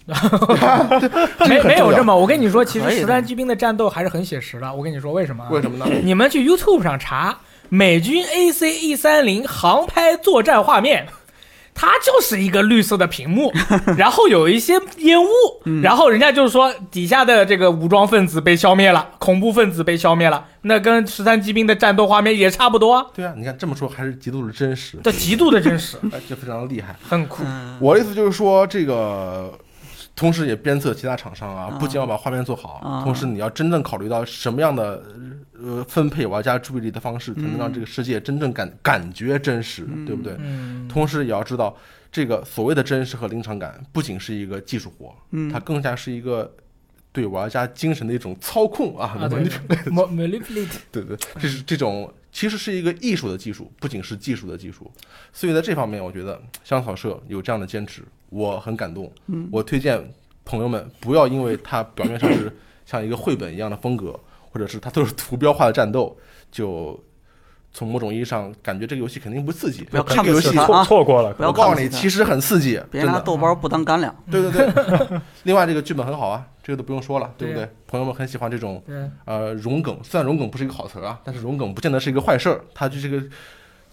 没没有这
么
么，我跟你说，其实
可以的
十三骑兵的战斗还是很写实的。我跟你说为什么啊？
为什么呢？
你们去 YouTube 上查美军 AC 1 3 0航拍作战画面，它就是一个绿色的屏幕，然后有一些烟雾，然后人家就是说底下的这个武装分子被消灭了，恐怖分子被消灭了，那跟十三骑兵的战斗画面也差不多啊，
对啊，你看这么说还是极度的真实，
这极度的真实，
哎，这非常的厉害。
很酷。
嗯
我的意思就是说，这个同时也鞭策其他厂商啊
啊，
不仅要把画面做好，
啊
同时你要真正考虑到什么样的呃分配玩家注意力的方式，才能让这个世界真正感、感觉真实，对不对？
嗯，
同时也要知道，这个所谓的真实和临场感，不仅是一个技术活，
嗯
它更加是一个。对玩家精神的一种操控啊，
啊对，ma- manipulate，
对对，这是这种其实是一个艺术的技术，不仅是技术的技术。所以在这方面，我觉得香草社有这样的坚持，我很感动。
嗯
我推荐朋友们不要因为它表面上是像一个绘本一样的风格，或者是它都是图标化的战斗，就从某种意义上感觉这个游戏肯定不刺激。
不要
这
看
个
不
游
起
戏
它
错，
错
啊
错过了，
不要
我
看
告
不
诉你，
起它
其实很刺激，
别
真
拿
的。
豆
嗯
包不当干粮，
对对对， 另外这个剧本很好啊，这个都不用说了，对不
对
对？朋友们很喜欢这种
对，
呃，融梗，虽然融梗不是一个好词儿啊，但是融梗不见得是一个坏事儿，它就是个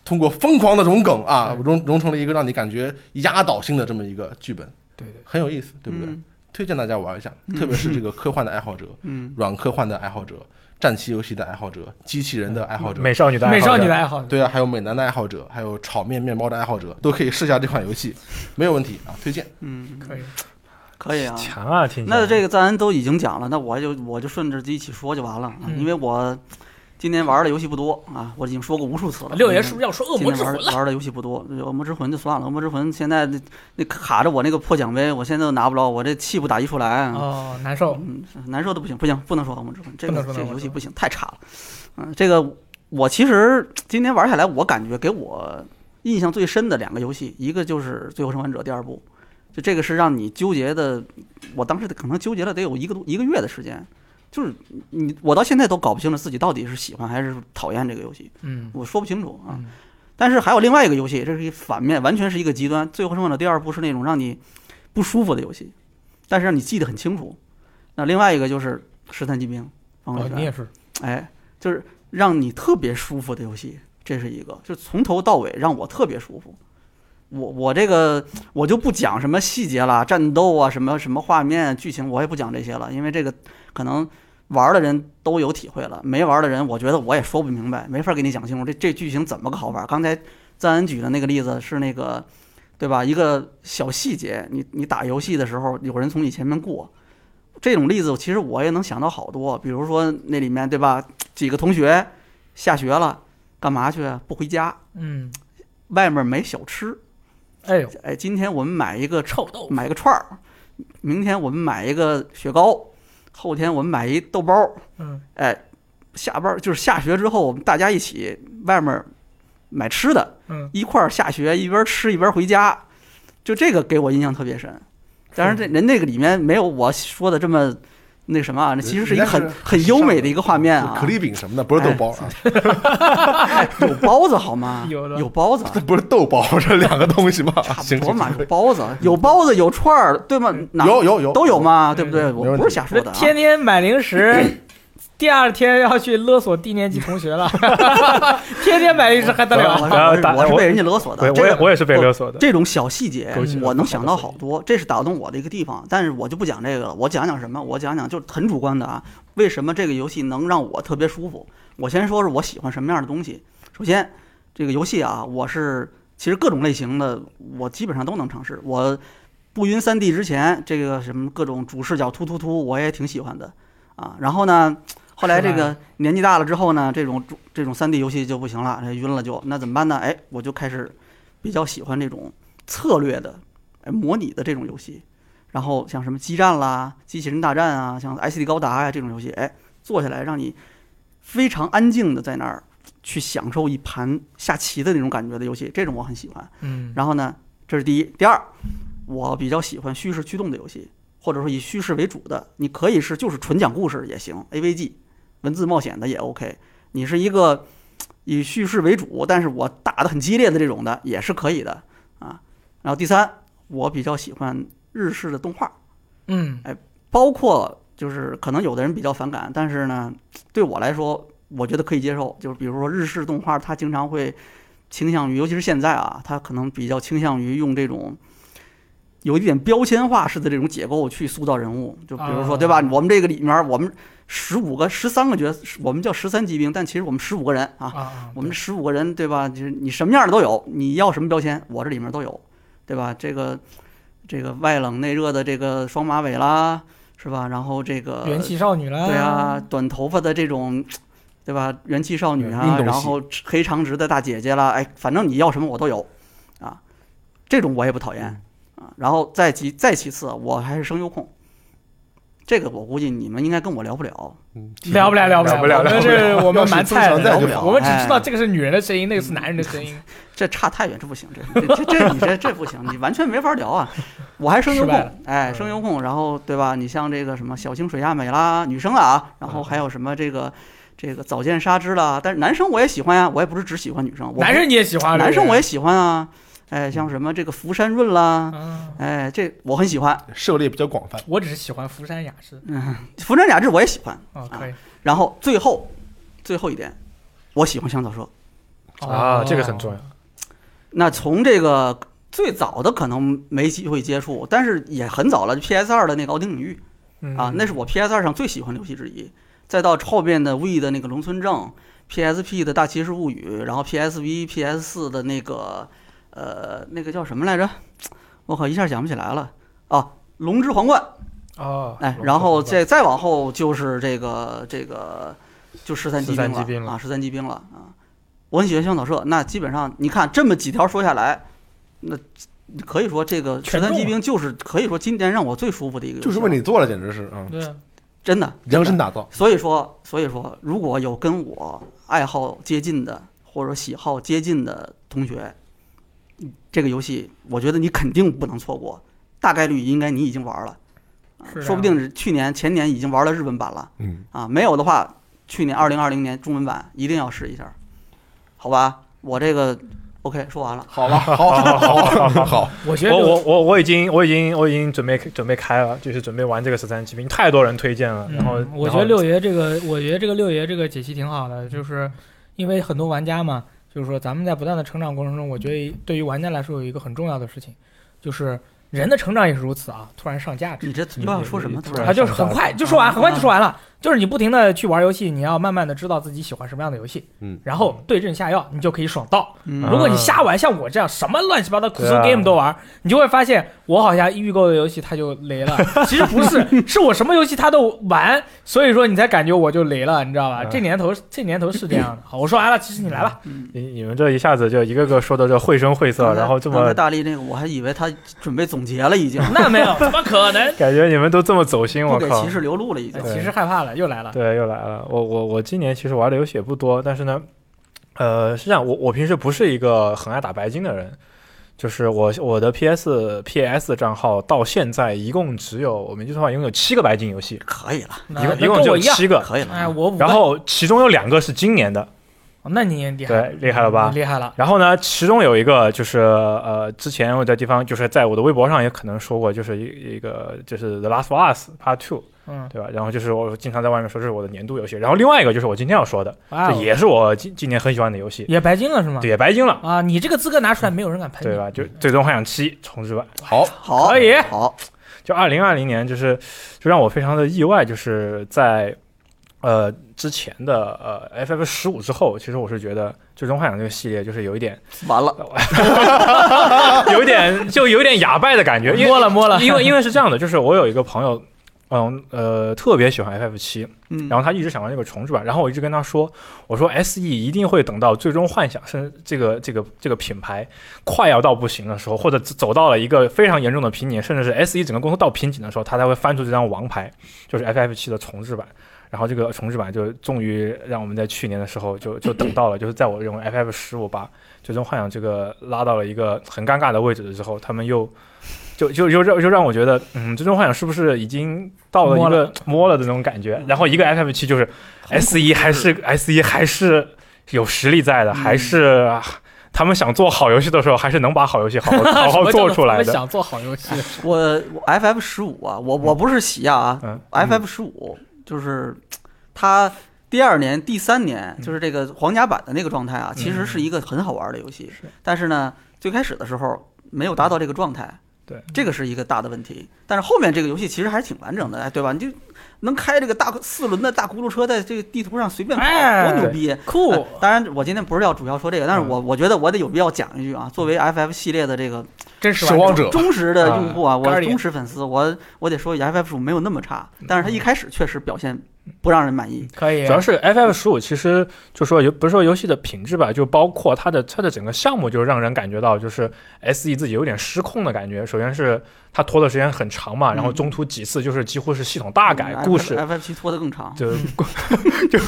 通过疯狂的融梗啊，融融成了一个让你感觉压倒性的这么一个剧本，
对对，
很有意思，对不对？
嗯
推荐大家玩一下，特别是这个科幻的爱好者、
嗯，
软科幻的爱好者、战棋游戏的爱好者、机器人的爱好者，
美少女的爱好
美少女
者
的爱好者，
对啊，还有美男的爱好者，还有炒面面包的爱好者，都可以试一下这款游戏，没有问题啊，推荐。
嗯，
可以，
可以啊，
强啊，听起来
那这个咱都已经讲了，那我就我就顺着一起说就完了啊，
嗯
因为我今年玩的游戏不多啊，我已经说过无数次了。嗯
六爷是不是要说恶
今
魔
年
之魂
玩
了？
玩的游戏不多，恶魔之魂就算了，恶魔之魂现在那那卡着我那个破奖杯，我现在都拿不着，我这气不打一处来。啊
哦，难受，
嗯，难受的不行，不行，不能说《恶魔之魂》，这
不
个
能说
这个
恶魔
游
之
戏
魂
不行，太差了。嗯，这个我其实今天玩下来，我感觉给我印象最深的两个游戏，一个就是《最后生还者》第二部，就这个是让你纠结的，我当时可能纠结了得有一个多一个月的时间，就是你我到现在都搞不清楚自己到底是喜欢还是讨厌这个游戏，
嗯
我说不清楚啊。
嗯
但是还有另外一个游戏，这是一反面，完全是一个极端。《最后生还者》第二部是那种让你不舒服的游戏，但是让你记得很清楚。那另外一个就是《十三级兵》方
哦
位
你
拳，
也是，
哎，就是让你特别舒服的游戏，这是一个，就是从头到尾让我特别舒服。我我这个我就不讲什么细节了，战斗啊，什么什么画面、剧情，我也不讲这些了，因为这个可能玩的人都有体会了，没玩的人，我觉得我也说不明白，没法给你讲清楚这这剧情怎么个好玩。刚才赞恩举的那个例子是那个，对吧？一个小细节，你你打游戏的时候，有人从你前面过，这种例子其实我也能想到好多，比如说那里面对吧，几个同学下学了，干嘛去啊？不回家，
嗯，
外面没小吃，
哎呦，
哎，今天我们买一个
臭豆腐，
买个串儿，明天我们买一个雪糕，后天我们买一豆包儿，
嗯，
哎，下班儿就是下学之后，我们大家一起外面买吃的，
嗯，
一块儿下学一边吃一边回家，就这个给我印象特别深。当然，这
嗯
人那个里面没有我说的这么那什么啊，那其实是一个很
人家是
很优美的一个画面啊
可。丽饼什么的，不是豆包啊，
有包子好 吗？
有的
有包子啊，
这不是豆包，这两个东西吗？行
我
行
买
行，嗯
有包子，有包子有串儿，对吗？哪
有有有
都有嘛，对不对？
没
我
问
不是
题
瞎说的啊。
天天买零食，第二天要去勒索低年级同学了，天天买零食还得了？
我
不要
是
打
我是
我
被人家勒索的
对，，我
这
也
个
我也是被勒索的。
这种小细节
勾起了
我能
好
想
的
到
回忆
好多，这是打动我的一个地方。但是我就不讲这个了，我讲讲什么？我讲讲就是很主观的啊，为什么这个游戏能让我特别舒服？我先说说我喜欢什么样的东西。首先，这个游戏啊，我是其实各种类型的我基本上都能尝试。我不晕三 D 之前，这个什么各种主视角突突突，我也挺喜欢的啊。然后呢，后来这
是
个年纪大了之后呢，这种这种三 D 游戏就不行了，晕了就那怎么办呢？哎，我就开始比较喜欢这种策略的、哎模拟的这种游戏。然后像什么激战啦、机器人大战啊、像 ICD 高达呀、这种游戏，哎，坐下来让你非常安静的在那儿去享受一盘下棋的那种感觉的游戏，这种我很喜欢。
嗯，
然后呢，这是第一，第二，我比较喜欢叙事驱动的游戏，或者说以叙事为主的，你可以是就是纯讲故事也行，AVG 文字冒险的也 OK，你是一个以叙事为主，但是我打得很激烈的这种的也是可以的啊。然后第三，我比较喜欢日式的动画，
嗯，
包括就是可能有的人比较反感，但是呢，对我来说，我觉得可以接受。就是比如说日式动画，它经常会倾向于，尤其是现在啊，它可能比较倾向于用这种有一点标签化式的这种解构去塑造人物。就比如说，
啊
对吧？我们这个里面，我们十五个、十三个角，我们叫十三骑兵，但其实我们十五个人啊，
啊啊，
我们这十五个人，对吧？就是你什么样的都有，你要什么标签，我这里面都有，对吧？这个这个外冷内热的这个双马尾啦，是吧？然后这个
对元气少女啦，
对啊，，短头发的这种，对吧？元气少女
运
啊，
动系
然后黑长直的大姐姐啦，哎，反正你要什么我都有，啊，这种我也不讨厌啊。然后再其再其次，我还是声优控，这个我估计你们应该跟我聊不了，
聊不了，聊
聊
不
不了
我们
聊不
是
了
我们
要是
蛮菜的，
分享在就
好
我们只
哎
知道这个是女人的声音，那个是男人的声音，
这差太远，这不行，这这这这你这这不行，你完全没法聊啊！我还声优
失败了
控，哎，声优控，然后对吧？你像这个什么小清水亚美啦，女生了啊，然后
嗯
还有什么这个这个早见沙织啦，但是男生我也喜欢呀，我也不是只喜欢女生，我
男生你也喜欢，
男生我
也
也喜欢啊，哎，像什么这个福山润啦，
嗯
哎，这我很喜欢，
涉猎比较广泛。
我只是喜欢福山雅治，
嗯，福山雅治我也喜欢。啊
哦，可以，
然后最后最后一点，我喜欢香草蛇。
啊，这个很
要。
重要。
那从这个最早的可能没机会接触，但是也很早了，PS 二的那个《奥丁领域》
哦
嗯
啊，那是我 PS 二上最喜欢的游戏之一。再到后边的 We 的那个《龙村证》，PSP 的《大骑士物语》，然后 PSV、PS 四的那个呃那个叫什么来着？我靠，一下想不起来了。哦、龙之皇冠，
啊
哦，
哎，然后再再往后就是这个这个就十三机
13机
兵
兵
了
了
啊，十三机兵了啊。我很喜欢香草社，那基本上你看这么几条说下来，那可以说这个十
全中
三
了
机兵就是可以说今年让我最舒服的一个游戏了，
就是为你做了，简直是嗯，
对，
真的
量身打造。
所以说，所以说，如果有跟我爱好接近的或者喜好接近的同学，嗯这个游戏我觉得你肯定不能错过，大概率应该你已经玩了，啊
是这样
说不定是去年前年已经玩了日本版了
嗯，
啊。没有的话，去年二零二零年中文版一定要试一下，好吧？我这个 OK 说完了，
好吧， 好好好好好，
我觉得
我
就
我我我已经我已经我已经准备准备开了，就是准备玩这个十三骑兵，太多人推荐了。然后
嗯我觉得
然后
六爷这个，我觉得这个六爷这个解析挺好的，就是因为很多玩家嘛，就是说咱们在不断的成长过程中，我觉得对于玩家来说有一个很重要的事情，就是人的成长也是如此啊，突然上价值。
你这又要说什么？
你突然
啊，就是很快就
嗯
说完，很快就说完了。就是你不停的去玩游戏，你要慢慢的知道自己喜欢什么样的游戏，
嗯
然后对症下药，你就可以爽到。
嗯
啊
如果你瞎玩，像我这样什么乱七八糟苦搜
对啊
game 都玩，你就会发现我好像预购的游戏它就雷了。其实不是， 是我什么游戏它都玩，所以说你才感觉我就雷了，你知道吧？
嗯
这年头这年头是这样的。好，我说完了，其实你来吧。
嗯
你你们这一下子就一个个说的这绘声绘色，然后这
刚
么
才大力那个，我还以为他准备总结了，已经
嗯
那没 有，怎么可能？
感觉你们都这么走心，
不
我
给
靠哎
骑！士留
哎
路了，已经
对
其实害怕了，又来了。
对，又来了。我我我今年其实玩的游戏也不多，但是呢，呃，是这样，我我平时不是一个很爱打白金的人，就是我我的 PS PS 账号到现在一共只有我没记错的话，一共有七个白金游戏，
可以了，
一
那
共
那
一共
跟
只
我
有
一样。
七个，
可以
哎，
了。
我五个哦
然后其中有两个是今年的，
那你也厉害，
对，厉害了吧？
厉害了，
然后呢，其中有一个就是呃，之前我在地方就是在我的微博上也可能说过，就是一一个就是 The Last of Us Part Two，
嗯，
对吧？然后就是我经常在外面说这是我的年度游戏，然后另外一个就是我今天要说的，
哇
这
哦，
也是我今今年很喜欢的游戏，
也白金了是吗？
对，也白金了，
啊，你这个资格拿出来，没有人敢喷
对
你。
吧？就最终幻想七重置版，
好，
好，
可以
好，
就二零二零年，就是就让我非常的意外，就是在呃之前的呃 FF 十五之后，其实我是觉得最终幻想这个系列就是有一点
完了，
有一点就有一点哑巴的感觉，因为
摸了摸了，
因为因为是这样的，就是我有一个朋友，嗯呃，特别喜欢 FF 七，
嗯，
然后他一直想玩这个重置版，然后我一直跟他说，我说 SE 一定会等到最终幻想是这个这个这个品牌快要到不行的时候，或者走到了一个非常严重的瓶颈，甚至是 SE 整个公司到瓶颈的时候，他才会翻出这张王牌，就是 FF 七的重置版。然后这个重置版就终于让我们在去年的时候就就等到了，就是在我认为 FF 十五把最终幻想这个拉到了一个很尴尬的位置的时候，他们又就就就让就让我觉得，嗯，最终幻想是不是已经到了一
摸
个摸了的那种感觉？然后一个 FF 七就是 S 一还是 S 一还是有实力在的，还是他们想做好游戏的时候，还是能把好游戏好 好好好做出来
我
的。
想做好游戏，
我我 FF 十五啊，我我不是喜亚啊
嗯
，FF 十五就是它第二年、第三年，
嗯
就是这个皇家版的那个状态啊，其实是一个很好玩的游戏，但是呢，最开始的时候没有达到这个状态。
对，
这个是一个大的问题，但是后面这个游戏其实还挺完整的，哎，对吧？你就能开这个大四轮的大轱辘车，在这个地图上随便跑，
哎
多牛逼！
酷
呃。当然，我今天不是要主要说这个，但是我我觉得我得有必要讲一句啊，作为 FF 系列的这个
真 是
守望者
忠实的用户啊，我是
Guardian
忠实粉丝，我我得说一下，FF 十五没有那么差，但是它一开始确实表现不让人满意。
可以，
主要是 FF 十五，其实就说游不是说游戏的品质吧，就包括它的它的整个项目，就是让人感觉到就是 SE 自己有点失控的感觉。首先是它拖的时间很长嘛，然后中途几次就是几乎是系统大
嗯
改，故事
FF 七拖得更长，
就是故 就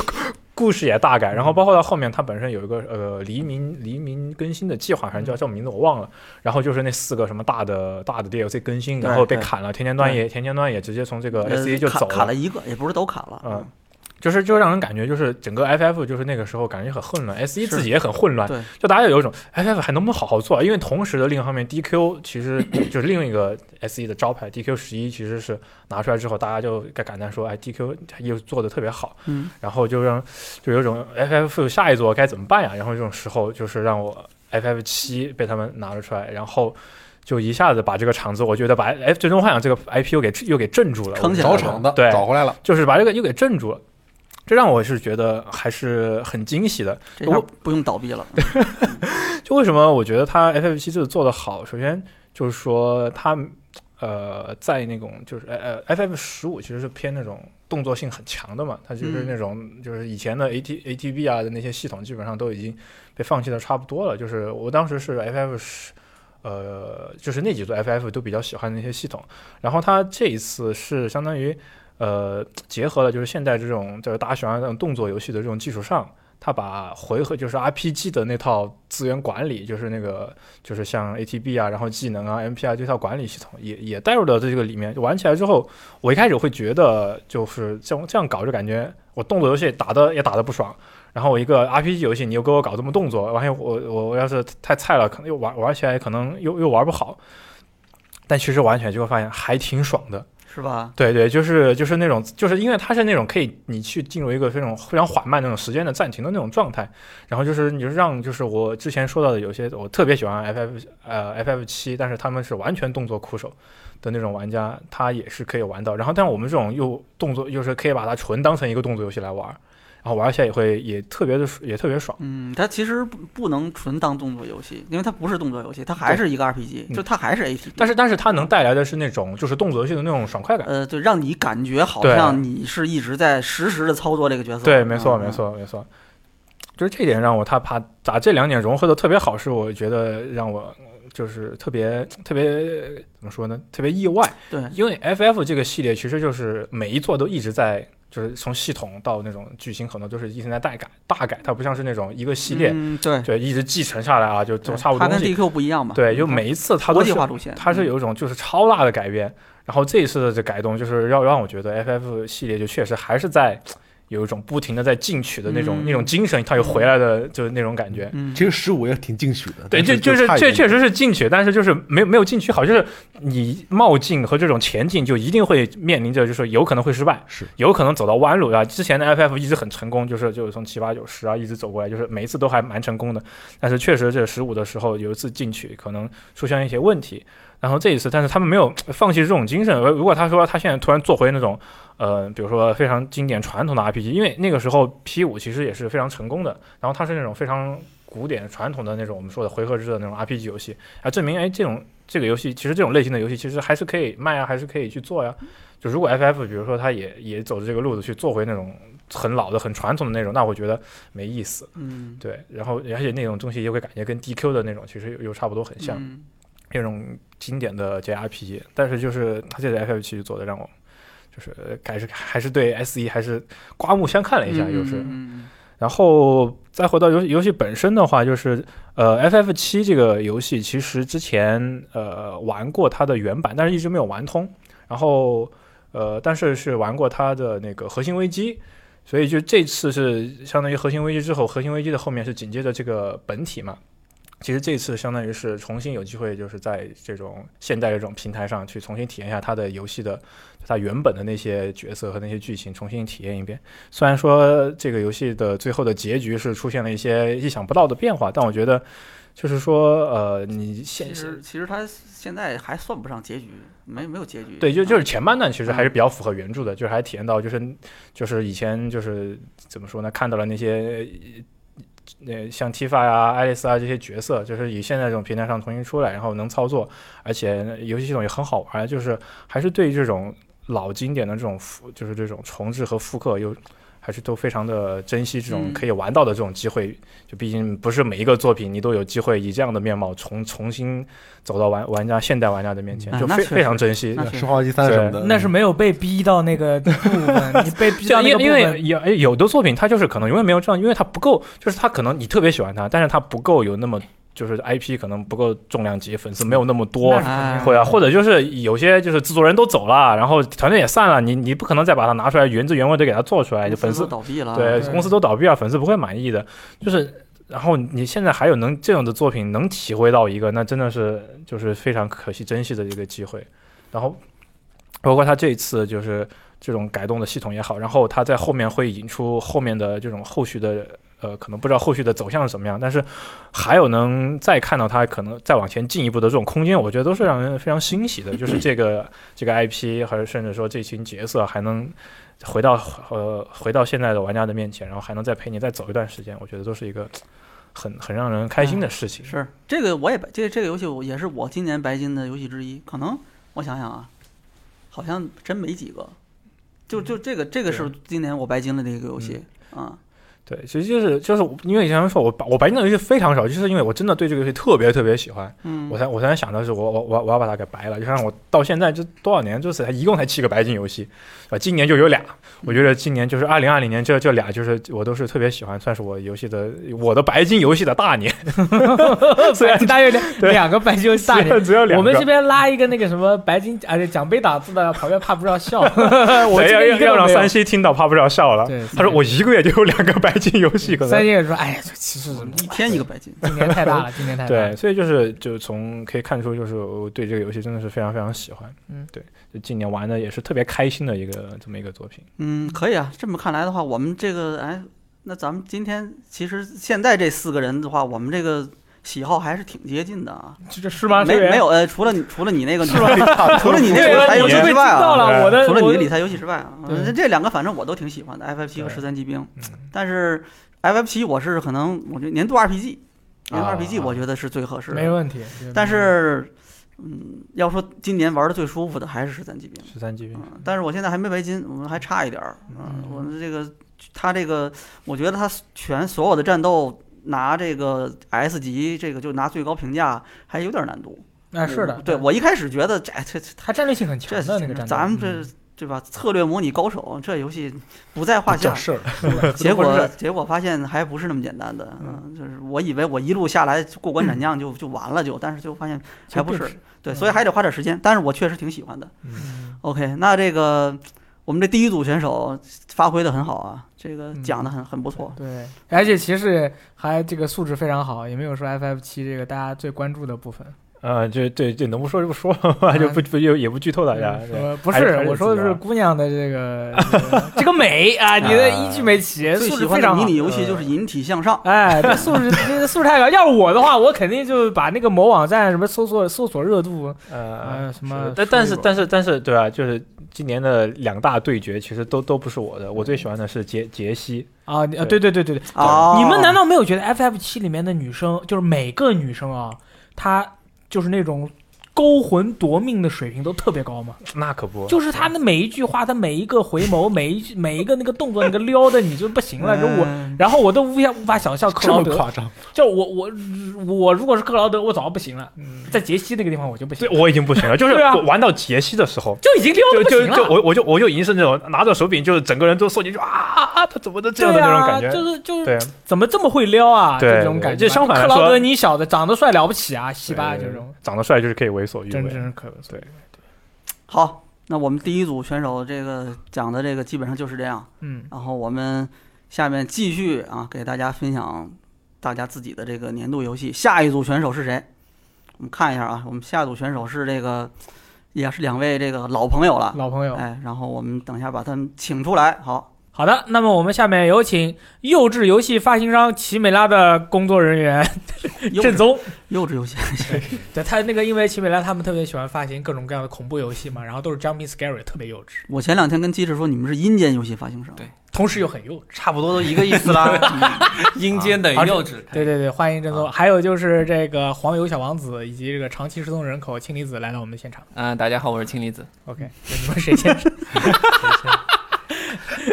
故事也大改，然后包括到后面，它本身有一个呃黎明黎明更新的计划，反正
嗯
叫叫名字我忘了。然后就是那四个什么大的大的 DLC 更新，
对
然后被
对
砍了。田间端也田间端也直接从这个
呃
SE E 就
卡
走
卡了一个，也不是都卡了。
嗯，就是就让人感觉就是整个 FF 就是那个时候感觉很混乱，S 一自己也很混乱
对，
就大家有一种 FF 还能不能好好做啊？因为同时的另一方面，DQ 其实就是另一个 S 一的招牌，DQ 十一其实是拿出来之后，大家就感感叹说，哎，DQ 又做的特别好，
嗯，
然后就让就有一种 FF 下一座该怎么办呀？然后这种时候就是让我 FF 七被他们拿了出来，然后。就一下子把这个场子，我觉得把哎《最终幻想》这个 IP 又给又给镇住了，
撑起来
找
了
场的
对
找回来了，
就是把这个又给镇住了。这让我是觉得还是很惊喜的。
这下
我
不用倒闭了。
就为什么我觉得他 FF 七这做的好，首先就是说他呃在那种就是呃呃 FF 十五其实是偏那种动作性很强的嘛，它就是
嗯
那种就是以前的 AT ATB 啊的那些系统基本上都已经被放弃的差不多了。就是我当时是 FF 十。呃，就是那几座 FF 都比较喜欢的那些系统，然后它这一次是相当于，呃，结合了就是现在这种就是大家喜欢那种动作游戏的这种基础上，它把回合就是 RPG 的那套资源管理，就是那个就是像 ATB 啊，然后技能啊、MP 啊这套管理系统也也带入到这个里面。玩起来之后，我一开始会觉得就是这样这样搞，就感觉我动作游戏打的也打的不爽。然后我一个 RPG 游戏，你又给我搞这么动作，完后我我我要是太菜了，可能又玩玩起来可能又又玩不好。但其实玩起来就会发现还挺爽的，
是吧？
对对，就是就是那种，就是因为它是那种可以你去进入一个非常非常缓慢那种时间的暂停的那种状态，然后就是你就让就是我之前说到的有些我特别喜欢 FF 呃 FF 七，但是他们是完全动作酷手的那种玩家，他也是可以玩到。然后但我们这种又动作又是可以把它纯当成一个动作游戏来玩，然后玩起来也会也特别的也特别爽。
嗯，它其实不不能纯当动作游戏，因为它不是动作游戏，它还是一个 RPG，
嗯
就它还是 ATB。
但是但是它能带来的是那种就是动作游戏的那种爽快感。
呃，对，让你感觉好
对
像你是一直在实时的操作这个角色。
对，没错，
嗯
没。错，没错。就是这一点让我他把把这两点融合的特别好，是我觉得让我就是特别特别怎么说呢？特别意外，
对，
因为 FF 这个系列其实就是每一座都一直在就是从系统到那种剧情，很多都是一直在大改大改，它不像是那种一个系列，
嗯，对，
对，一直继承下来啊，就
对
都差不多
它
东
跟
西。
DQ 不一样嘛，嗯
对，就
它
每一次它
国
都
际
是
化路线，
它是
嗯
有一种就是超大的改编。然后这一次的这改动，就是要让我觉得 FF 系列就确实还是在有一种不停的在进取的那种、那种精神，它又回来的，就是那种感觉。
嗯，
其实十五也挺进取的，
对，
但
这就是
差一
确
点
确实是进取，但是就是没有没有进取好，就是你冒进和这种前进就一定会面临着，就是说有可能会失败，
是
有可能走到弯路啊。之前的 FF 一直很成功，就是就是从七八九十啊一直走过来，就是每一次都还蛮成功的。但是确实这十五的时候有一次进取可能出现一些问题，然后这一次，但是他们没有放弃这种精神。呃如果他说他现在突然做回那种呃，比如说非常经典传统的 RPG，因为那个时候 P 五其实也是非常成功的，然后它是那种非常古典传统的那种我们说的回合制的那种 RPG 游戏，啊，证明哎这种这个游戏其实这种类型的游戏其实还是可以卖啊，还是可以去做呀。就如果 FF 比如说它也也走这个路子去做回那种很老的、很传统的那种，那我觉得没意思。
嗯，
对，然后而且那种东西又会感觉跟 DQ 的那种其实又又差不多很像。
嗯
那种经典的 JRPG，但是就是它这个 FF 七做的让我就是呃还是还是对 SE 还是刮目相看了一下，又是。
嗯嗯
然后再回到游戏游戏本身的话，就是呃 FF 七这个游戏其实之前呃玩过它的原版，但是一直没有玩通。然后呃，但是是玩过它的那个核心危机，所以就这次是相当于核心危机之后，核心危机的后面是紧接着这个本体嘛。其实这次相当于是重新有机会，就是在这种现代的这种平台上去重新体验一下它的游戏的它原本的那些角色和那些剧情，重新体验一遍。虽然说这个游戏的最后的结局是出现了一些意想不到的变化，但我觉得就是说，呃，你现
其实其实它现在还算不上结局，没没有结局，
对，就就是
嗯
前半段其实还是比较符合原著的，就是还体验到就是就是以前就是怎么说呢，看到了那些呃呃像 Tifa 呀、爱丽丝啊这些角色，就是以现在这种平台上重新出来，然后能操作，而且游戏系统也很好玩，就是还是对这种老经典的这种复，就是这种重置和复刻又。还是都非常的珍惜这种
嗯
可以玩到的这种机会，就毕竟不是每一个作品你都有机会以这样的面貌重重新走到玩玩家现代玩家的面前，
嗯
就
那
非
确
非常
实
珍惜。
那
对
是
生化危机三什
呃
么的，
那是没有被逼到那 个部分，你被逼
就
到那个
因为
部
因为
分，
有有的作品，它就是可能永远没有这样，因为它不够，就是它可能你特别喜欢它，但是它不够有那么就是 IP 可能不够重量级，粉丝没有那么多
那是，
哎
肯定
或者或者就是有些就是制作人都走了，然后团队也散了，你你不可能再把它拿出来原汁原味的给它做出来，就粉丝
都倒闭了，
对
对
公司都倒闭了，粉丝不会满意的，就是。然后你现在还有能这样的作品能体会到一个，那真的是就是非常可惜珍惜的一个机会。然后包括他这一次就是这种改动的系统也好，然后他在后面会引出后面的这种后续的呃，可能不知道后续的走向是怎么样，但是还有能再看到他可能再往前进一步的这种空间，我觉得都是让人非常欣喜的。就是这个这个 IP，还是甚至说这群角色还能回到呃回到现在的玩家的面前，然后还能再陪你再走一段时间，我觉得都是一个很很让人开心的事情。
是这个我也白这这个游戏我也是我今年白金的游戏之一，可能我想想啊，好像真没几个，就就这个这个是今年我白金了的一个游戏
嗯
啊，
对，其实就是就是因为以前说我我白金的游戏非常少，就是因为我真的对这个游戏特别特别喜欢，
嗯，
我才我才想到是我我我我要把它给白了。就像我到现在这多少年，就是才一共才七个白金游戏，对吧？今年就有俩，我觉得今年就是二零二零年这这俩就是我都是特别喜欢，算是我游戏的我的白金游戏的大年。 虽 然
白金大月亮
啊对
两个白金游戏大
虽然
年。
只有两个，
我们这边拉一个那个什么白金啊，这奖杯打字的，旁边怕不知道 笑。我
对
这
要
边一
要
个
哎要
都
让
没有
三。西听到怕不知道笑了。
对，
他说我一个月就有两个白金游戏，可能
三星也说，哎呀，这其实
一天一个白金，
今年太 大了，今年太大了。
对，，所以就是就从可以看出，就是我对这个游戏真的是非常非常喜欢。
嗯，
对，就今年玩的也是特别开心的一个这么一个作品。
嗯，可以啊，这么看来的话，我们这个哎，那咱们今天其实现在这四个人的话，我们这个。喜好还是挺接近的啊，
这这是吗？
没
这个
没有呃，除了你除了你那个，
是吧？
除了你那
对
个理财游
我
戏
就被
之
惊
外
到
啊，
了。
对
我的
除了你
我
的理财游戏之外啊，
对
这这两个反正我都挺喜欢的，FF 七和十三骑兵。但是 FF 七我是可能我觉得年度 RPG，年度
啊
RPG 我觉得是最合适
没
的。
问题。
但是，嗯，要说今年玩的最舒服的还是十三骑兵。
十三级，
嗯，但是我现在还没白金，我们还差一点儿。嗯，
嗯
我们这个他这个，我觉得他全所有的战斗拿这个 S 级，这个就拿最高评价还有点难度。
啊，是的，
对我一开始觉得这这这
他战略性很强
这
的那个战斗，嗯
咱们这对吧？策略模拟高手，这游戏不在话下
叫。事儿，
结
不是
果结果发现还不是那么简单的，嗯，就是我以为我一路下来过关斩将就就完了就，但是就发现还不
其实
是
并，
对，
嗯
所以还得花点时间。但是我确实挺喜欢的。
嗯
OK，那这个我们这第一组选手发挥的很好啊，这个
嗯
讲的很很不错。
对，而且骑士还这个素质非常好，也没有说 FF 七这个大家最关注的部分。
呃，就对，就能不说就不说吧，就不不就也不剧透大家。
嗯
对
说不
还是
是
还，是
我说的
自
是
由啊
姑娘的这个这个这个 美啊，你的一句没起，
呃最
素
喜
质
欢
非
的
常
迷
好
你。游戏就是引体向上，
哎，这素质这个素质太高。要是我的话，我肯定就把那个某网站什么搜索搜索热度，
呃
呃，什么
但但是
说一说
但是但是，对啊，就是今年的两大对决，其实都都不是我的，
嗯
我最喜欢的是杰杰西。
啊，你啊对
对
对对对对，
哦
你们难道没有觉得 FF 七里面的女生，就是每个女生啊，她就是那种勾魂夺命的水平都特别高吗？
那可不，
就是她的每一句话，她每一个回眸，每一句每一个那个动作，那个撩的你就不行了。就我，
嗯
然后我都无法无法想象克
这
劳
么
德，
夸张？
就我我我如果是克劳德，我早不行了。
嗯
在杰西那个地方我就不行
对
了，
我已经不行了，就是
对啊
我玩到杰西的时候。
就已经撩
就
的不
就
行
就
了。
我我就我就已经是那种拿着手柄，就是整个人都缩进去啊啊啊！他怎么能这样的
对
那种
啊，
感觉？
就是就是
对，
怎么这么会撩啊？就
对
这种感觉。
就相反来
克
说
劳德，你小子长得帅了不起啊，西巴这种，
长得帅就是可以为所欲
真
为。
真是可
对
好，那我们第一组选手这个讲的这个基本上就是这样。
嗯，
然后我们下面继续啊，给大家分享大家自己的这个年度游戏。下一组选手是谁？我们看一下啊，我们下一组选手是这个，也是两位这个老朋友了，
老朋友。
哎，然后我们等一下把他们请出来。好，
好的，那么我们下面有请幼稚游戏发行商奇美拉的工作人员
幼
郑
稚
宗。
幼稚游戏，
对他那个，因为奇美拉他们特别喜欢发行各种各样的恐怖游戏嘛，然后都是 jumping scary，特别幼稚，
我前两天跟鸡翅说你们是阴间游戏发行商，
对
同时又很幼稚。
差不多都一个意思啦。 阴间等于幼稚，
对对对，欢迎郑宗。还有就是这个黄油小王子以及这个长期失踪人口氢离子来到我们的现场。
嗯、大家好，我是氢离子，
OK，那 你们谁先？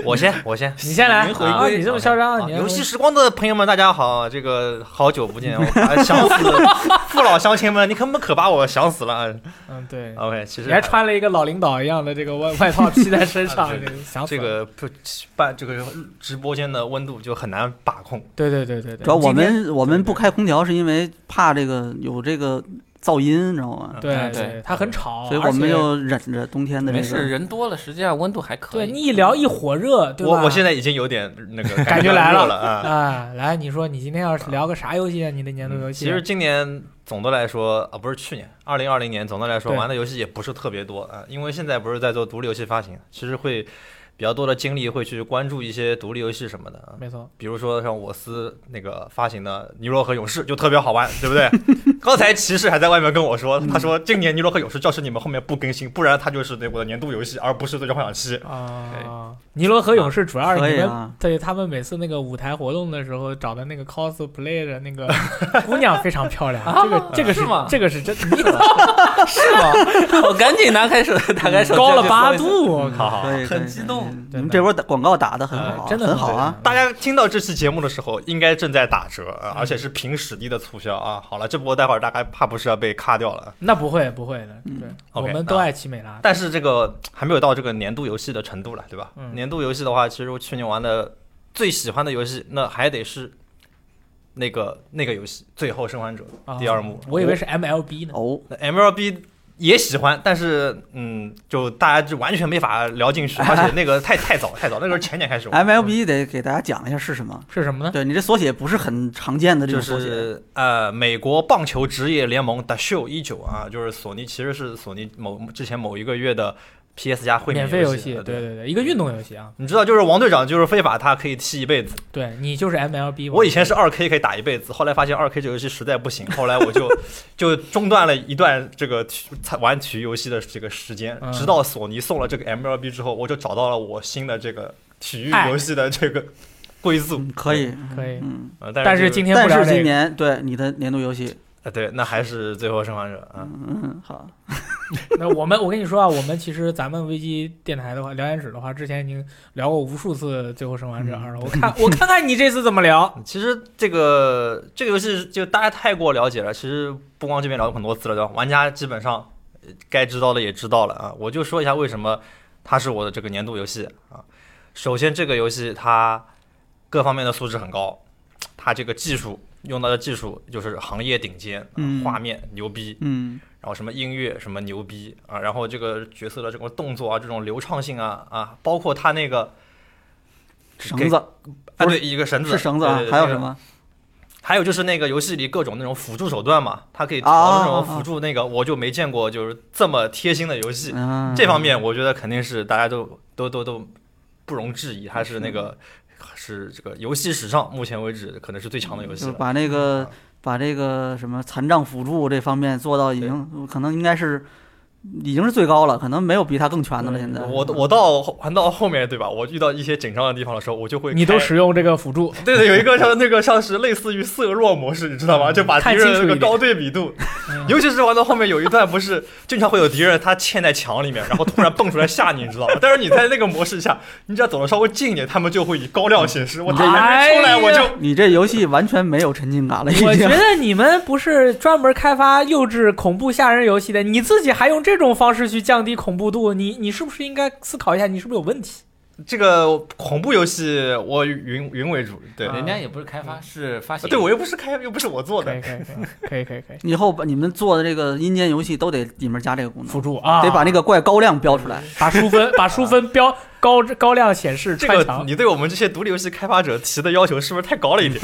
我先，我先。
你先来。
您回归
啊，你这么嚣张，
啊
你
游戏时光的朋友们，大家好！这个好久 不见，我啊想死父老乡亲们，你可不可把我想死了啊
嗯对。
？OK，其实
你还穿了一个老领导一样的这个外外套披在身上，
啊对
这个想死
这
了
个不办这个直播间的温度就很难把控。
对对对对对，
主要我
今天
们我们不开空调是因为怕这个有这个噪音，你知道吗？
对
嗯对
对，它很吵，
所以我
而
们
且
就忍着冬天的
没
这
事，
个。
人多了，实际上温度还可
对
以。嗯
你一聊一火热，对吧？
我我现在已经有点那个
感觉
觉
来了
热了啊。 嗯
啊，来，你说你今天要是聊个啥游戏啊？你的年度游戏？
其实今年总的来说啊，不是去年，二零二零年总的来说
对
玩的游戏也不是特别多啊，因为现在不是在做独立游戏发行，其实会比较多的精力会去关注一些独立游戏什么的啊。
没错，
比如说像我司那个发行的《尼罗河勇士》就特别好玩，对 不对？刚才骑士还在外面跟我说，他说今年《尼罗河勇士》就是你们后面不更新，不然它就是那我的年度游戏，而不是《最终幻 想七》。
啊，尼罗河勇士主要是
可
你
以
们
啊，
对他们每次那个舞台活动的时候找的那 个 cosplay 的那个姑娘非常漂亮，这个这个
啊是吗
这个是真的 嗯
是吗？我赶紧拿开手，打开手机
高了
去搜一
八
搜。
度，我靠！呃
好好
可，以，
很
可以
激动。
可以你们这波打广告打的很好啊，
哎真的
很好啊。
大家听到这期节目的时候，应该正在打折，
嗯
呃而且是凭实力的促销啊。好了，这波待会儿大概怕不是要被卡掉了。
那不会不会的，对，我
OK，
们都爱奇美拉。
但是这个还没有到这个年度游戏的程度了，对吧？
嗯
年度游戏的话，其实我去年玩的最喜欢的游戏，那还得是那个那个游戏《最后生还者
啊》
第二幕。
我以为是 MLB 呢。
哦，
那 MLB 也喜欢，但是嗯，就大家就完全没法聊进去，而且那个太太早太早，那个是前年开 始玩。
MLB 得给大家讲一下是什么。
是什么呢？
对你这缩写不是很常见的这
就
种缩写，
是呃，美国棒球职业联盟的 Show 一九啊，就是索尼其实是索尼某之前某一个月的 PS 加会
免
免
费
游
戏，
呃
对对对，一个运动游戏啊。
你知道，就是王队长就是非法，他可以踢一辈子。
对你就是 MLB。
我以前是二 K 可以打一辈子，后来发现二 K 这游戏实在不行，后来 我就就中断了一段这个体玩体育游戏的这个时间
嗯，
直到索尼送了这个 MLB 之后，我就找到了我新的这个体育
爱
游戏的这个归宿。
嗯，可以，
可以，
嗯。
呃，
但是
是
今
天
天不
但
聊
是
这
今
个。
年对你的年度游戏，
对，那还是最后生还者啊。
嗯，好，
那我们，我跟你说啊，我们其实咱们危机电台的话，聊天室的话，之前已经聊过无数次《最后生还
嗯
者二》了。我看，我看看你这次怎么聊。
啊其实这个这个游戏就大家太过了解了，其实不光这边聊过很多次了，对吧？玩家基本上呃该知道的也知道了啊。我就说一下为什么它是我的这个年度游戏啊。首先，这个游戏它各方面的素质很高，它这个技术用到的技术就是行业顶尖，啊
嗯
画面牛逼，
嗯
然后什么音乐什么牛逼啊，然后这个角色的这种动作啊，这种流畅性啊啊，包括它那个
绳子
啊，
不是
对，一个绳子
是绳子啊
对对，对
还有
那个
什么？
还有就是那个游戏里各种那种辅助手段嘛，它
啊
可以调那种辅助那个，我就没见过就是这么贴心的游戏。
嗯，
这方面我觉得肯定是大家都都都都不容置疑，它是那个是这个游戏史上目前为止可能是最强的游
就
戏
是
了。
把那个
啊
把这个什么残障辅助这方面做到已经可能应该是已经是最高了，可能没有比它更全的了。现在
我我到玩到后面对吧？我遇到一些紧张的地方的时候，我就会
你都
是
使用这个辅助，
对的，有一个像那个像是类似于色弱模式，你知道吗？就把敌
嗯看清
人的
楚
那个
一点嗯
高对比度，尤其是玩到后面有一段，不是经常会有敌人他嵌在墙里面，然后突然蹦出来吓你，你知道吗？但是你在那个模式下，你只要走的稍微近一点，他们就会以高亮显示。我打
哎
人出
呀
来我就
你这游戏完全没有沉浸感了，已
我
经。
觉得你们不是专门开发幼稚恐怖吓人游戏的，你自己还用这种方式去降低恐怖度，你你是不是应该思考一下，你是不是有问题？
这个恐怖游戏我云云为主，对啊
啊
人家也不是开发，是发行。
对，我又不是开，又不是我做
可
的
以。可以可以可以可以，
以后把你们做的这个阴间游戏都得里面加这个功能
辅，助啊，
得把那个怪高亮标出来。
把淑芬把淑芬标高高亮显示
这
穿
个
墙，
你对我们这些独立游戏开发者提的要求是不是太高了一点？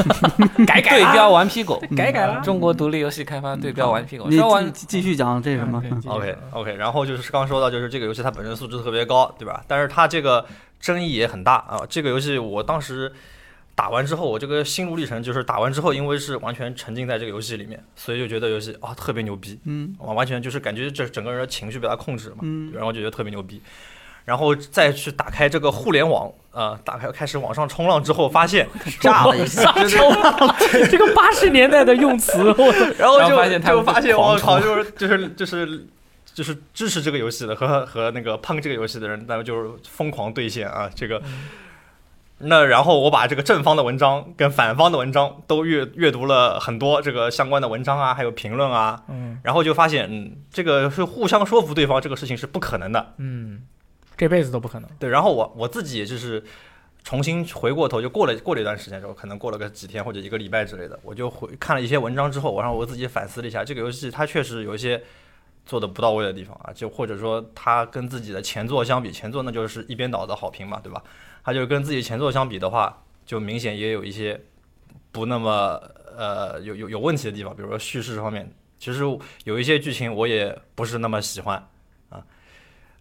改改
对
啊
标顽皮狗，嗯
改啊改了。
中国独立游戏开发对标顽皮狗，
你
说完
继继继续讲这是什么？
对继续
OK OK，然后就是刚说到，就是这个游戏它本身素质特别高，对吧？但是它这个争议也很大啊。这个游戏我当时打完之后，我这个心路历程就是打完之后，因为是完全沉浸在这个游戏里面，所以就觉得游戏啊特别牛逼，
嗯
我完全就是感觉这整个人的情绪被它控制嘛，
嗯
然后就觉得特别牛逼。然后再去打开这个互联网，呃，打开开始往上冲浪之后，发现
炸了一 下。
上手了，这个八十年代的用词，我
然后
然
就
后发现他们
就发现
狂
我靠，
冲
就是就是就是就是支持这个游戏的和和那个碰这个游戏的人，咱们就是疯狂兑现啊这个。
嗯
那然后我把这个正方的文章跟反方的文章都阅阅读了很多这个相关的文章啊，还有评论啊，
嗯
然后就发现，嗯，这个是互相说服对方这个事情是不可能的，
嗯，这辈子都不可能。
对，然后我我自己也就是重新回过头，就过了过了一段时间之后，可能过了个几天或者一个礼拜之类的，我就回看了一些文章之后，我让我自己反思了一下，这个游戏它确实有一些做的不到位的地方啊，就或者说它跟自己的前作相比，前作那就是一边倒的好评嘛，对吧？它就跟自己前作相比的话，就明显也有一些不那么呃有有有问题的地方，比如说叙事方面，其实有一些剧情我也不是那么喜欢啊，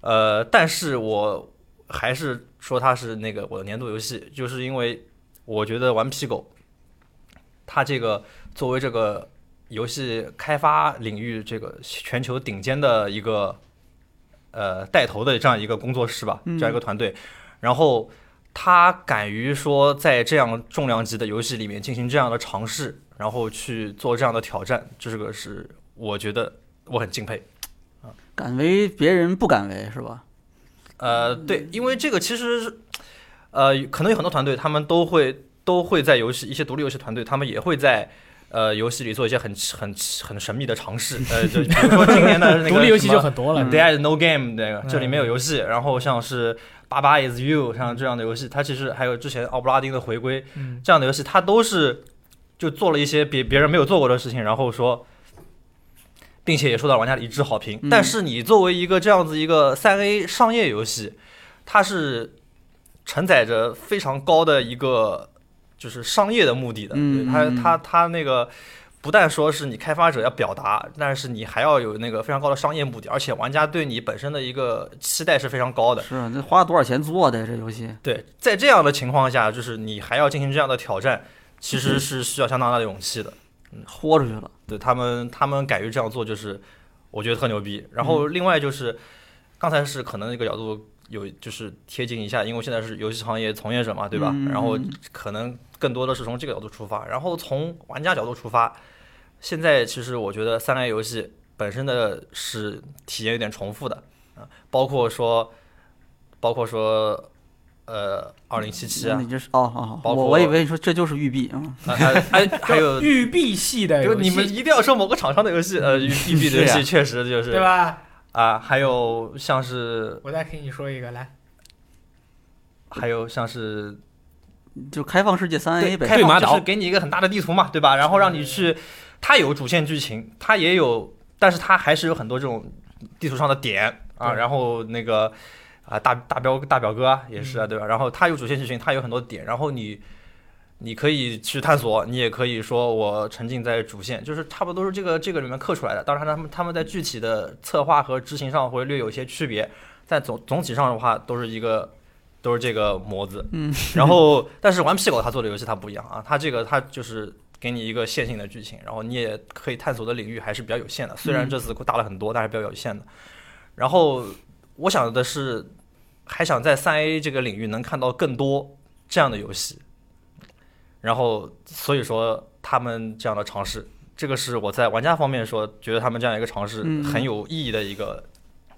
呃，但是我还是说它是那个我的年度游戏，就是因为我觉得《顽皮狗》它这个作为这个游戏开发领域这个全球顶尖的一个呃带头的这样一个工作室吧，这样一个团队，然后他敢于说在这样重量级的游戏里面进行这样的尝试，然后去做这样的挑战，这个是我觉得我很敬佩。
敢为别人不敢为是吧？
呃，对，因为这个其实是，呃，可能有很多团队他们都会都会在游戏一些独立游戏团队，他们也会在。呃，游戏里做一些很很很神秘的尝试，呃，就比如说今年的那个
独立游戏
什么
就很多了，
《Dead No Game》那个，
嗯
这里面有游戏，然后像是《爸爸 Is You》像这样的游戏，它其实还有之前奥布拉丁的回归
嗯
这样的游戏，它都是就做了一些别别人没有做过的事情，然后说，并且也受到玩家的一致好评。
嗯
但是你作为一个这样子一个三 A 商业游戏，它是承载着非常高的一个就是商业的目的的，
嗯
对
嗯嗯
它它它那个。不但说是你开发者要表达，但是你还要有那个非常高的商业目的，而且玩家对你本身的一个期待是非常高的。
是啊，这花了多少钱做的呀这游戏？
对，在这样的情况下，就是你还要进行这样的挑战，其实是需要相当大的勇气的。
豁出去了。
对他们，他们敢于这样做，就是我觉得特牛逼。然后另外就是，刚才是可能那个角度有就是贴近一下，因为现在是游戏行业从业者嘛，对吧？
嗯
然后可能更多的是从这个角度出发，然后从玩家角度出发，现在其实我觉得三 A 游戏本身的是体验有点重复的啊，包括说，包括说，呃，二零七七
那
啊
你，这是哦哦，
包
哦
括
我我以为你说这就是玉璧啊，
还还 还有。
育碧系的
就
游戏，
你们一定要说某个厂商的游戏，呃，育碧的游
是
戏
呀
确实就是
对吧？
啊，还有像是
我再给你说一个，来，
还有像是
就开放世界三嗯 A
对，
呗。
开
对马
放就
岛
是给你一个很大的地图嘛，对吧？然后让你去，它有主线剧情，它也有，但是它还是有很多这种地图上的点啊。
对
然后那个啊，大大表大表哥啊也是啊，对吧？然后它有主线剧情，它有很多点，然后你你可以去探索，你也可以说我沉浸在主线，就是差不多是这个这个里面刻出来的。当然，他们他们在具体的策划和执行上会略有一些区别，但总总体上的话都是一个都是这个模子。
嗯，
然后，但是顽皮狗它做的游戏它不一样啊，它这个它就是给你一个线性的剧情，然后你也可以探索的领域还是比较有限的。虽然
嗯
这次大了很多，但是比较有限的。然后我想的是，还想在三 A 这个领域能看到更多这样的游戏。然后，所以说他们这样的尝试，这个是我在玩家方面说，觉得他们这样一个尝试
嗯
很有意义的一个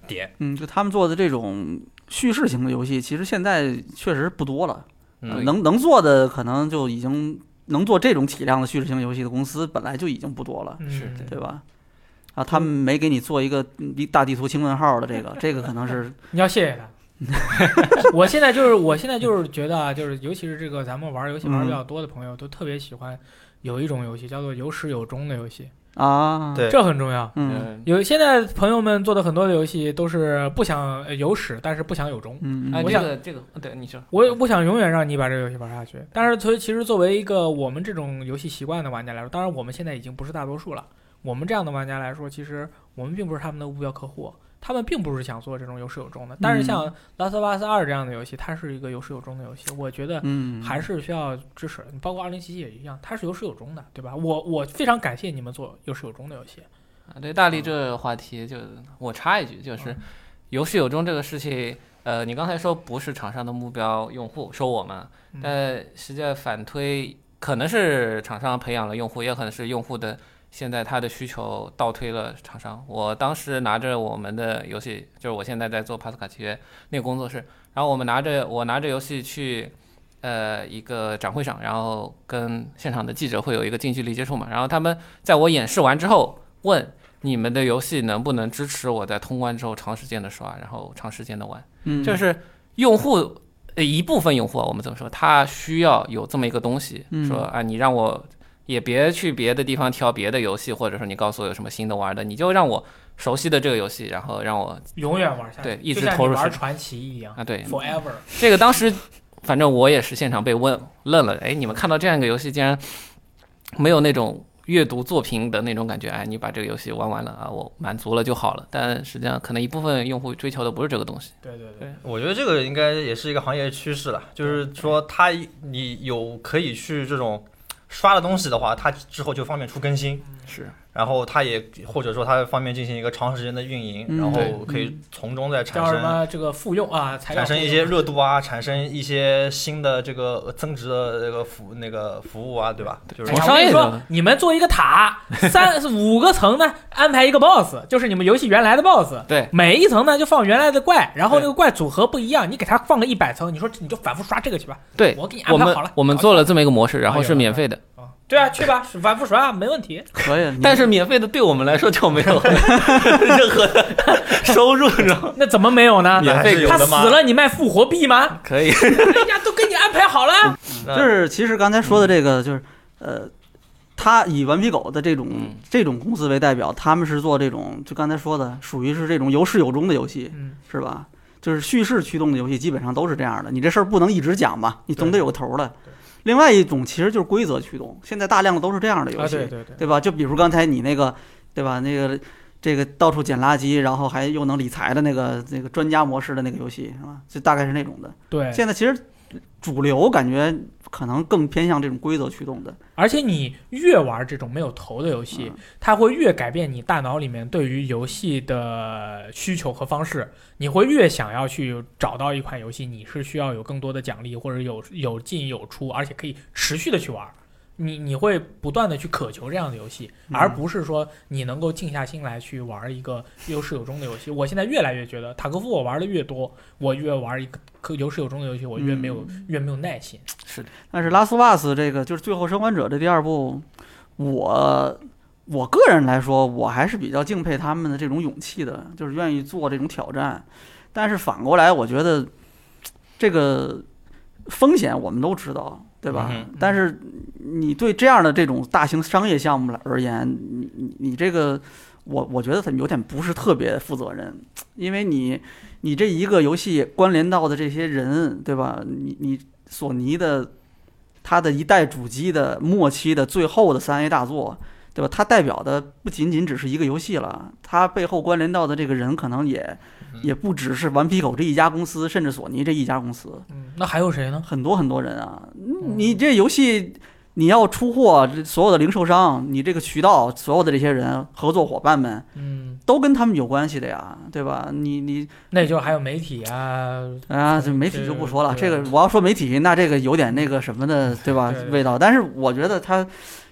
点。
嗯，就他们做的这种叙事型的游戏，其实现在确实不多了，呃
嗯，
能能做的可能就已经能做这种体量的叙事型游戏的公司本来就已经不多了，
嗯、
是对
对吧？啊，他们没给你做一个一大地图清问号的这个，这个可能是
你要谢谢他。 我现在就是，我现在就是觉得啊，就是尤其是这个咱们玩游戏玩比较多的朋友，都特别喜欢有一种游戏叫做有始有终的游戏，
啊，
对
这很重要。
嗯，
有现在朋友们做的很多的游戏都是不想呃有始，但是不想有终。
嗯
哎，
嗯，
我
这
想
个这个，对你说，
我我想永远让你把这个游戏玩下去。但是，所以其实作为一个我们这种游戏习惯的玩家来说，当然我们现在已经不是大多数了。我们这样的玩家来说，其实我们并不是他们的目标客户，他们并不是想做这种有始有终的。但是像《拉
嗯
斯巴斯二》这样的游戏，它是一个有始有终的游戏，我觉得
嗯，
还是需要支持。你包括《二零七七》也一样，它是有始有终的，对吧？我我非常感谢你们做有始有终的游戏。
啊对大力这个话题就，我插一句，就是有始有终这个事情，呃，你刚才说不是厂商的目标用户，说我们，
嗯
但实际上反推，可能是厂商培养了用户，也可能是用户的现在他的需求倒推了厂商。我当时拿着我们的游戏，就是我现在在做帕斯卡契约那个工作室，然后我们拿着我拿着游戏去。呃，一个展会上，然后跟现场的记者会有一个近距离接触嘛，然后他们在我演示完之后问你们的游戏能不能支持我在通关之后长时间的刷，然后长时间的玩？
嗯
就是用户呃一部分用户啊，我们怎么说？他需要有这么一个东西，
嗯
说啊，你让我也别去别的地方挑别的游戏，或者说你告诉我有什么新的玩的，你就让我熟悉的这个游戏，然后让我
永远玩下去，
对一直
就像
投入
你玩
是
传奇一样
啊，对
，forever。
这个当时反正我也是现场被问愣了，哎，你们看到这样一个游戏，竟然没有那种阅读作品的那种感觉，哎，你把这个游戏玩完了啊，我满足了就好了。但实际上，可能一部分用户追求的不是这个东西。
对对对
对
我觉得这个应该也是一个行业趋势了，就是说它你有可以去这种刷的东西的话，它之后就方便出更新，
是，
然后它也或者说它方便进行一个长时间的运营，
嗯
然后
对
可以从中再产
叫什
生
么这个复用啊，材料
产生一
复
些
用
热度啊，产生一些新的这个增值的这个服那个服务啊，对吧？就是
从
哎
商业
我跟你
角
说
度，
你们做一个塔，三 五个层呢，安排一个 BOSS，就是你们游戏原来的 BOSS。
对
每一层呢就放原来的怪，然后那个怪组合不一样，你给它放个一百层，你说你就反复刷这个去吧。
对，
我给你
我
安排
们
好了。
我们做了这么一个模式，然后
哎
是
呦
免费的，
啊，对啊，去吧，反复刷没问题。
可以，你
但是免费的对我们来说就没有任何的收入，你知道吗？
那怎么没有呢？
免费有
他
的吗
死了，你卖复活币吗？啊
可 以，
人家都给你安排好了。
就是其实刚才说的这个，就是呃，他以顽皮狗的这种、
嗯
这种公司为代表，他们是做这种就刚才说的，属于是这种有始有终的游戏，
嗯，
是吧？就是叙事驱动的游戏，基本上都是这样的。你这事儿不能一直讲吧，你总得有个头儿的。另外一种其实就是规则驱动，现在大量的都是这样的游
啊，
戏，
对对对，
对吧？就比如刚才你那个，对吧？那个这个到处捡垃圾，然后还又能理财的那个那个专家模式的那个游戏，是吧？就大概是那种的。
对，
现在其实主流感觉可能更偏向这种规则驱动的，
而且你越玩这种没有头的游戏，它会越改变你大脑里面对于游戏的需求和方式。你会越想要去找到一款游戏，你是需要有更多的奖励，或者有有进有出，而且可以持续的去玩。你你会不断的去渴求这样的游戏，
嗯
而不是说你能够静下心来去玩一个有始有终的游戏。我现在越来越觉得，塔科夫我玩的越多，我越玩一个可有始有终的游戏，我越没有、越没有耐心。
但是《拉斯瓦斯》这个就是《最后生还者》这第二部，我我个人来说，我还是比较敬佩他们的这种勇气的，就是愿意做这种挑战。但是反过来，我觉得这个风险我们都知道，对吧？
嗯哼
但是你对这样的这种大型商业项目来而言，你你你这个，我我觉得他们有点不是特别负责任，因为你你这一个游戏关联到的这些人，对吧？你你索尼的它的一代主机的末期的最后的三 A 大作，对吧？它代表的不仅仅只是一个游戏了，它背后关联到的这个人可能也也不只是顽皮狗这一家公司，甚至索尼这一家公司，
嗯，那还有谁呢？
很多很多人啊。你这游戏你要出货，这所有的零售商，你这个渠道，所有的这些人合作伙伴们，
嗯，
都跟他们有关系的呀，对吧？你你
那也就是还有媒体啊，
啊，这
嗯
媒体
这
就
个
不说了。
对
这个我要说媒体，那这个有点那个什么的，对吧
对？对
味道。但是我觉得他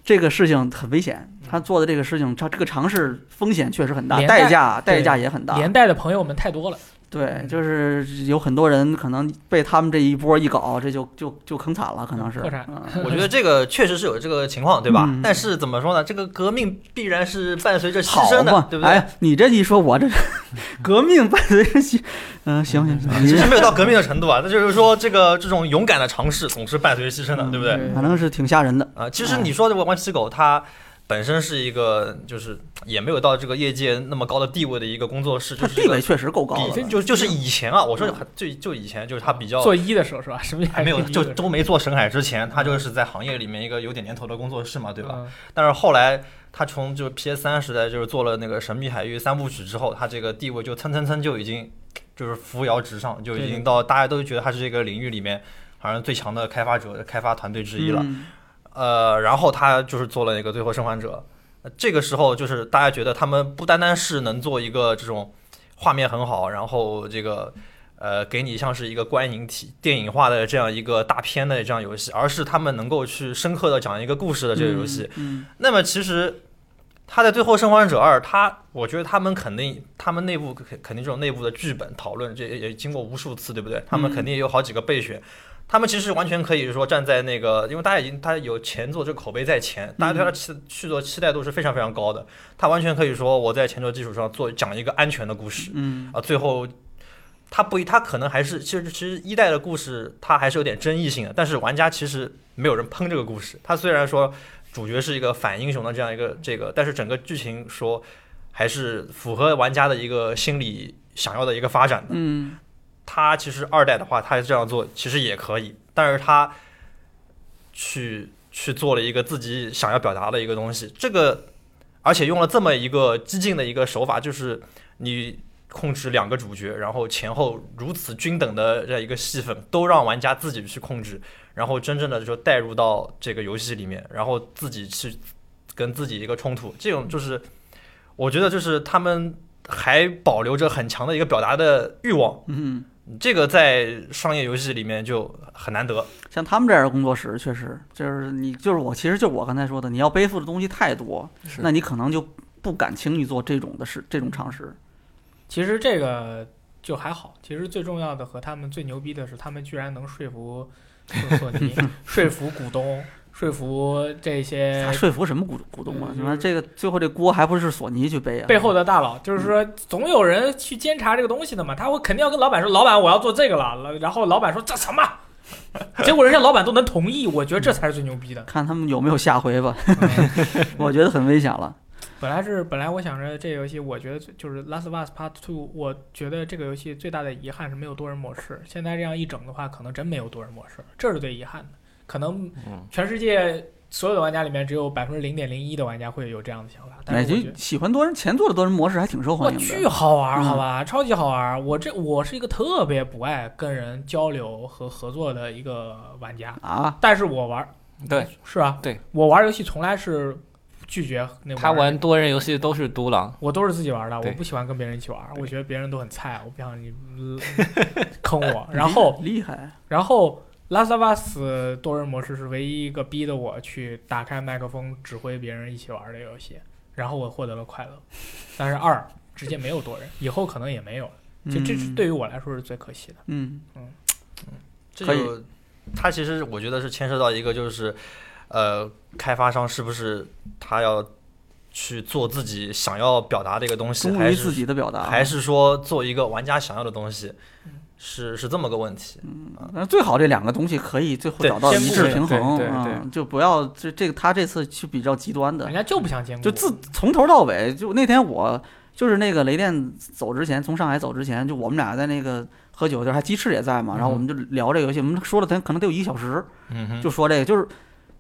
这个事情很危险，他做的这个事情，他这个尝试风险确实很大，
连带
代价
对
代价也很大。
连带的朋友们太多了。
对，就是有很多人可能被他们这一波一搞，这就就就坑惨了，可能是。
破产
嗯
我觉得这个确实是有这个情况，对吧？
嗯
但是怎么说呢？这个革命必然是伴随着牺
好
牲
嘛
的，，对不对？
哎，你这一说，我这革命伴随着牺，嗯，行行行，
其
你
实没有到革命的程度啊，那就是说这个这种勇敢的尝试总是伴随着牺牲的，对不对？
嗯哎反正是挺吓人的。
啊，其实你说的《玩奇狗》，它本身是一个，就是也没有到这个业界那么高的地位的一个工作室，
他
就是一
地
个
位确实够高
比
的，
就就是以前啊，我说就就以前就是它比较
做一的时候是吧？什么也
还没有
是一
就
的时候
都没做沈海之前，它就是在行业里面一个有点年头的工作室嘛，对吧？
嗯
但是后来他从就是 PS 三时代就是做了那个《神秘海域》三部曲之后，他这个地位就蹭蹭蹭就已经就是扶摇直上，就已
对
经到大家都觉得他是这个领域里面好像最强的开发者、开发团队之一了。
嗯
呃，然后他就是做了一个《最后生还者》呃，这个时候就是大家觉得他们不单单是能做一个这种画面很好，然后这个呃给你像是一个观影体电影化的这样一个大片的这样游戏，而是他们能够去深刻的讲一个故事的这个游戏。，
嗯
那么其实他在《最后生还者二》，他我觉得他们肯定，他们内部肯肯定这种内部的剧本讨论，这也也经过无数次，对不对？他们肯定也有好几个备选。他们其实完全可以说站在那个，因为大家已经他有前作这个口碑在前，大家对他的期续作期待度是非常非常高的。他完全可以说我在前作基础上做讲一个安全的故事，
嗯
啊，最后他不一，他可能还是其实其实一代的故事，它还是有点争议性的。但是玩家其实没有人喷这个故事。他虽然说主角是一个反英雄的这样一个这个，但是整个剧情说还是符合玩家的一个心理想要的一个发展的。
嗯
他其实二代的话，他这样做其实也可以，但是他去去做了一个自己想要表达的一个东西，这个而且用了这么一个激进的一个手法，就是你控制两个主角，然后前后如此均等的这样一个戏份，都让玩家自己去控制，然后真正的就带入到这个游戏里面，然后自己去跟自己一个冲突，这种就是我觉得就是他们还保留着很强的一个表达的欲望。
嗯，
这个在商业游戏里面就很难得。
像他们这样的工作室，确实就是你就是我，其实就我刚才说的，你要背负的东西太多，
是
那你可能就不敢轻易做这种的事，这种尝试。
其实这个就还好，其实最重要的和他们最牛逼的是，他们居然能说服索索 尼，说服股东，说服这些
他说服什么股股东啊？
哎嗯
你说这个最后这锅还不是索尼去背啊？
背后的大佬，就是说总有人去监察这个东西的嘛，他会肯定要跟老板说，老板我要做这个了，然后老板说这什么， 结果人家老板都能同意，我觉得这才是最牛逼 的。
看他们有没有下回 吧，我觉得很危险了。
本来是本来我想着这个游戏，我觉得最就是《Last of Us Part Two》，我觉得这个游戏最大的遗憾是没有多人模式。现在这样一整的话，可能真没有多人模式，这是最遗憾的。可能
嗯
全世界所有的玩家里面，只有百分之零点零一的玩家会有这样的想法。但
哎，
是
就
我觉得
喜欢多人前做的多人模式还挺受
哇，
欢迎
巨
的。
好玩，
嗯
好吧，超级好玩。我这我是一个特别不爱跟人交流和合作的一个玩家，
啊，
但是我玩
对
是啊，
对
我玩游戏从来是拒绝那
他
玩
玩多人游戏都是独狼，
我都是自己玩的，我
对
不喜欢跟别人一起玩，
对
我觉得别人都很菜，我不想 你嗯坑我。然后，
厉害，
然后《拉斯瓦斯》多人模式是唯一一个逼得我去打开麦克风指挥别人一起玩的游戏，然后我获得了快乐。但是二直接没有多人，以后可能也没有了。就这是
嗯
对于我来说是最可惜的。
嗯
这
可以
就它其实我觉得是牵涉到一个就是，呃，开发商是不是他要去做自己想要表达的一个东西，
忠
还
于
是
自己的表达，
还是说做一个玩家想要的东西，是是这么个问题。
那最好这两个东西可以最后
对
找到一
兼顾
致
着
平衡，
对对对
嗯，就不要这这个他这次去比较极端的
人，家就不想兼顾，
就自从头到尾，就那天我就是那个雷电走之前，从上海走之前，就我们俩在那个喝酒，就是还鸡翅也在嘛，然后我们就聊这个游戏，我们说了咱可能得有一个小时，
嗯哼，
就说这个就是。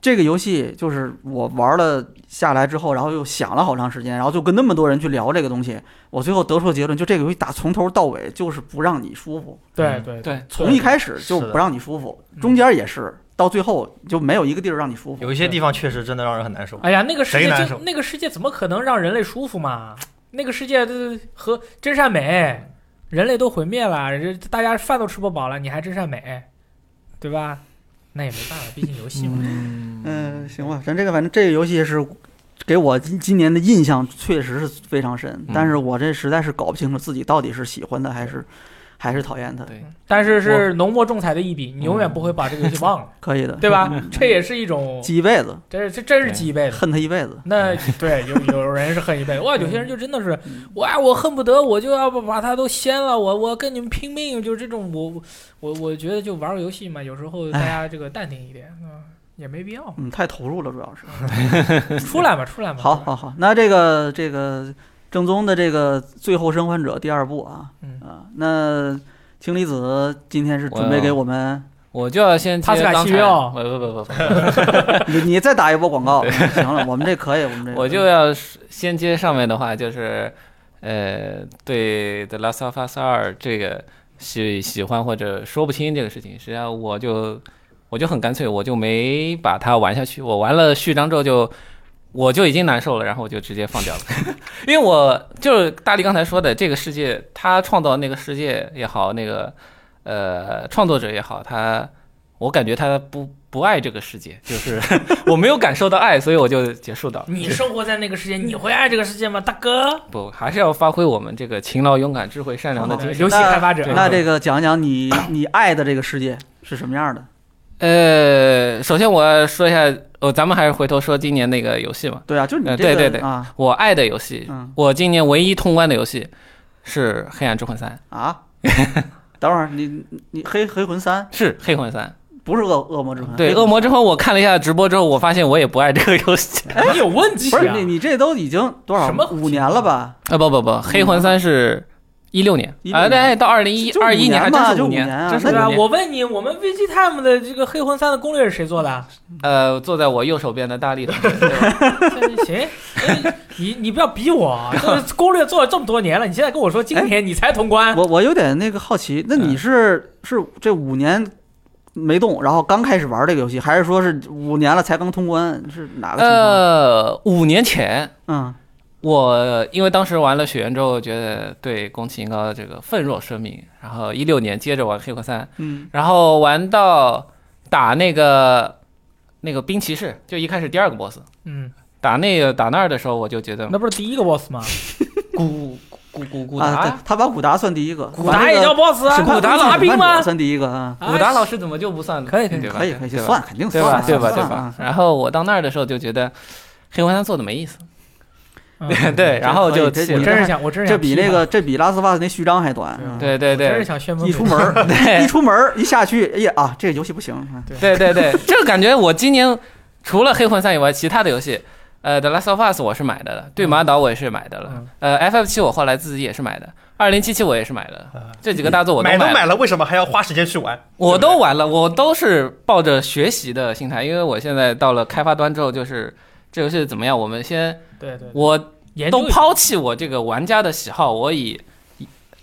这个游戏就是我玩了下来之后，然后又想了好长时间，然后就跟那么多人去聊这个东西，我最后得出的结论就这个游戏打从头到尾就是不让你舒服，
对对
对，
嗯从一开始就不让你舒服，中间也是，到最后就没有一个地儿让你舒服。
有一些地方确实真的让人很难受。
哎呀，那个世
谁
界
难
就
受
那个世界怎么可能让人类舒服嘛？那个世界呃和真善美，人类都毁灭了，人大家饭都吃不饱了，你还真善美，对吧？那也没办法，毕竟游戏嘛。
嗯，行吧，咱这个反正这个游戏是给我今今年的印象确实是非常深，但是我这实在是搞不清楚自己到底是喜欢它还是还是讨厌它。
对，
但是是浓墨重彩的一笔，你永远不会把这个游戏忘了，
可以的，
对吧？这也是一种，
嗯 记一辈子，
这是这真是
对
记一辈子。
恨它一辈子。
那对，有有人是恨一辈子，哇，有些人就真的是，哇，我恨不得我就要把把它都掀了，我我跟你们拼命，就是这种，我我我觉得就玩个游戏嘛，有时候大家这个淡定一点，嗯、也没必要，
嗯，太投入了，主要是。
出来吧，出来吧。
好
出来吧，
好好，那这个这个正宗的这个《最后生还者》第二部啊，
嗯
啊，那氢离子今天是
哦
准备给我们，
我就要先
帕
接
斯卡
刚
契
才，
约哦
不不不不不，
你你再打一波广 告，嗯行了，我们这可以，我们这个
我就要是先接上面的话，就是，呃，对《The Last of Us 二》这个喜喜欢或者说不清这个事情，实际上我就我就很干脆，我就没把它玩下去。我玩了序章之后就。我就已经难受了，然后我就直接放掉了，因为我就是大力刚才说的，这个世界他创造那个世界也好，那个呃创作者也好，他我感觉他不不爱这个世界，就是 我没有感受到爱，所以我就结束掉了。
你生活在那个世界，你会爱这个世界吗，大哥？
不，还是要发挥我们这个勤劳、勇敢、智慧、善良的精神。
游戏开发者，
那这个讲讲你你爱的这个世界是什么样的？
呃，首先我要说一下，哦，咱们还是回头说今年那个游戏嘛，
对啊，就是你
呃
这个、
对对对
啊，
我爱的游戏，
嗯
我今年唯一通关的游戏是《黑暗之魂三
啊， 等会儿你你黑黑魂三》，
是《黑魂三
不是恶恶魔之魂，》。啊
对，
黑
《恶魔之魂》我看了一下直播之后，我发现我也不爱这个 游戏。
你有问题
哎不是
啊
你？你这都已经多少
什么
五年了吧？
啊，不不不，《黑魂三》是一六年
16
啊，
年
对，到二零一
就
二一
五年
还
嘛
真是
就
五
五
年
年啊，
真是
对
五
啊，
年。
我问你，我们 VGTime 的这个《黑魂三》的攻略是谁做的？啊
呃，坐在我右手边的大力的，
行，哎你你不要逼我啊，这个攻略做了这么多年了，你现在跟我说今年你才通
啊
关，
哎我我有点那个好奇，那
嗯
你是是这五年没动，然后刚开始玩这个游戏，还是说是五年了才刚通关？是哪个情况？
呃，五年前
嗯
我因为当时玩了《雪原》之后，觉得对宫崎英高的这个愤若生明，然后一六年接着玩《黑魂三》，
嗯
然后玩到打那个那个冰骑士，就一开始第二个 BOSS，
嗯，
打那个打那儿的时候，我就觉得
那不是第一个 boss 吗？
古古古古
啊，对
达，
他把古达算第一个，
古达也叫 boss 啊，
审判
古达
审
老
判
兵吗
者？算第一个啊，
古达老
师
师怎么就不算呢？
可以可以
对吧
可以可以，
对吧
算肯定
对
算
吧？
啊
对吧？对
算
吧
啊？
然后我到那儿的时候就觉得《黑魂三》做的没意思，
嗯
对，然后就
这
我
你
真是想，我真是
这
想
比
批
那
判
个这比拉斯瓦斯那序章还短
对，啊
嗯对对
真是
对，
想宣
一
愤
出
不
门儿
对
一出门儿一下去，哎呀啊，这个游戏不行，啊
对对对， 就感觉我今年除了《黑魂三》以外，其他的游戏，呃，《The Last of Us》我是买的了，《对马岛》我也是买的了
嗯，
呃，《F F 七》我后来自己也是买的，《二零七七》我也是买的了，这几个大作我都
买都
啊买
买
了，
了，为什么还要花时间去玩？
我都玩了，我都是抱着学习的心态，因为我现在到了开发端之后，就是这游戏怎么样，我们先
对对，对
我
研
都
究一下
抛弃我这个玩家的喜好，我以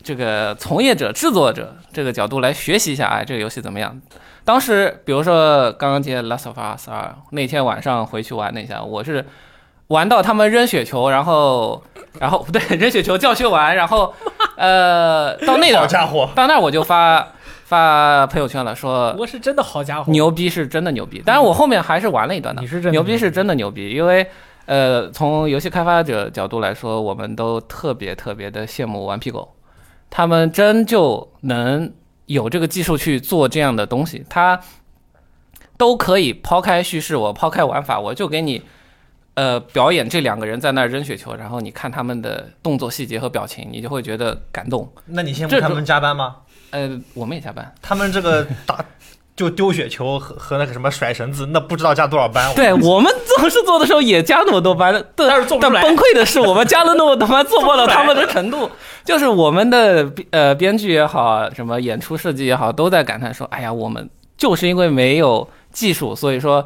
这个从业者、制作者这个角度来学习一下，哎，这个游戏怎么样？当时，比如说刚刚接《Last of Us 二》，那天晚上回去玩了一下，我是玩到他们扔雪球，然后，然后不 对，扔雪球教学完，然后，呃，到那点
好
儿，
家伙，
到那儿我就发发朋友圈了，说
我是真的好家伙，
牛逼是真的牛逼。当然，我后面还哦是玩了一段的
你。是真的
牛逼是真的牛逼，因为呃，从游戏开发者角度来说，我们都特别特别的羡慕顽皮狗，他们真就能有这个技术去做这样的东西，他都可以抛开叙事，我抛开玩法，我就给你呃，表演这两个人在那儿扔雪球，然后你看他们的动作细节和表情，你就会觉得感动。
那你羡
这
慕他
种
们加班吗？
呃，我们也加班，
他们这个打 就丢雪球和和那个什么甩绳子，那不知道加多少 班。我
对我们做事做的时候也加那么多班，但
但是做不
但
出来
崩溃的是，我们加了那么多班，做不到他们的程 度。
就是我们的呃编剧也好，什么演出设计也好，都在感叹说：“哎呀，我们就是因为没有技术，所以说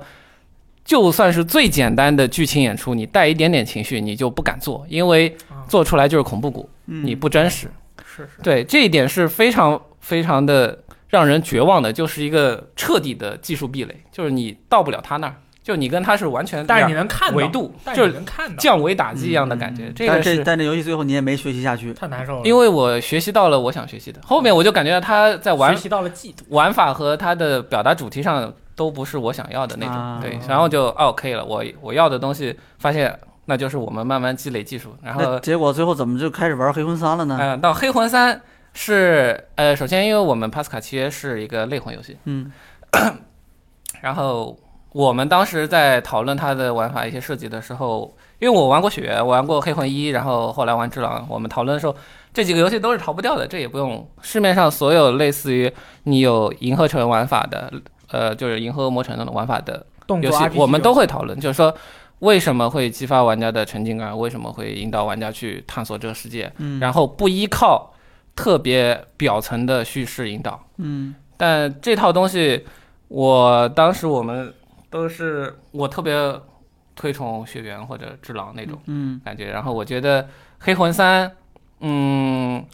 就算是最简单的剧情演出，你带一点点情绪，你就不敢做，因为
啊
做出来就是恐怖谷，
嗯
你不真实。
是是，
对，这一点是非常非常的让人绝望的，就是一个彻底的技术壁垒，就是你到不了他那儿，就你跟他是完全
但是你能看到
维度，
但
就是是
你能看到，
降维打击一样的感觉。这
嗯但
个
这
是
但这游戏最后你也没学习下去，
太难受了。
因为我学习到了我想学习的，后面我就感觉到他在玩
学习到了嫉妒，
玩法和他的表达主题上都不是我想要的那种，
啊
对，然后就哦可以了，我我要的东西发现那就是我们慢慢积累技术，然后
那结果最后怎么就开始玩黑魂三了呢？
嗯、到黑魂三是呃，首先因为我们帕斯卡契约是一个类魂游戏，
嗯，
然后我们当时在讨论它的玩法一些设计的时候，因为我玩过雪原，玩过黑魂一，然后后来玩只狼，我们讨论的时候，这几个游戏都是逃不掉的，这也不用市面上所有类似于你有银河城玩法的，呃，就是银河恶魔城那种玩法的
动
游
作
戏
RPG
我们都
游戏
会讨论，就是说为什么会激发玩家的沉浸感，为什么会引导玩家去探索这个世界，
嗯
然后不依靠特别表层的叙事引导。
嗯
但这套东西，我当时我们都是我特别推崇血缘或者智狼那种
嗯
感觉，然后我觉得黑魂三，嗯，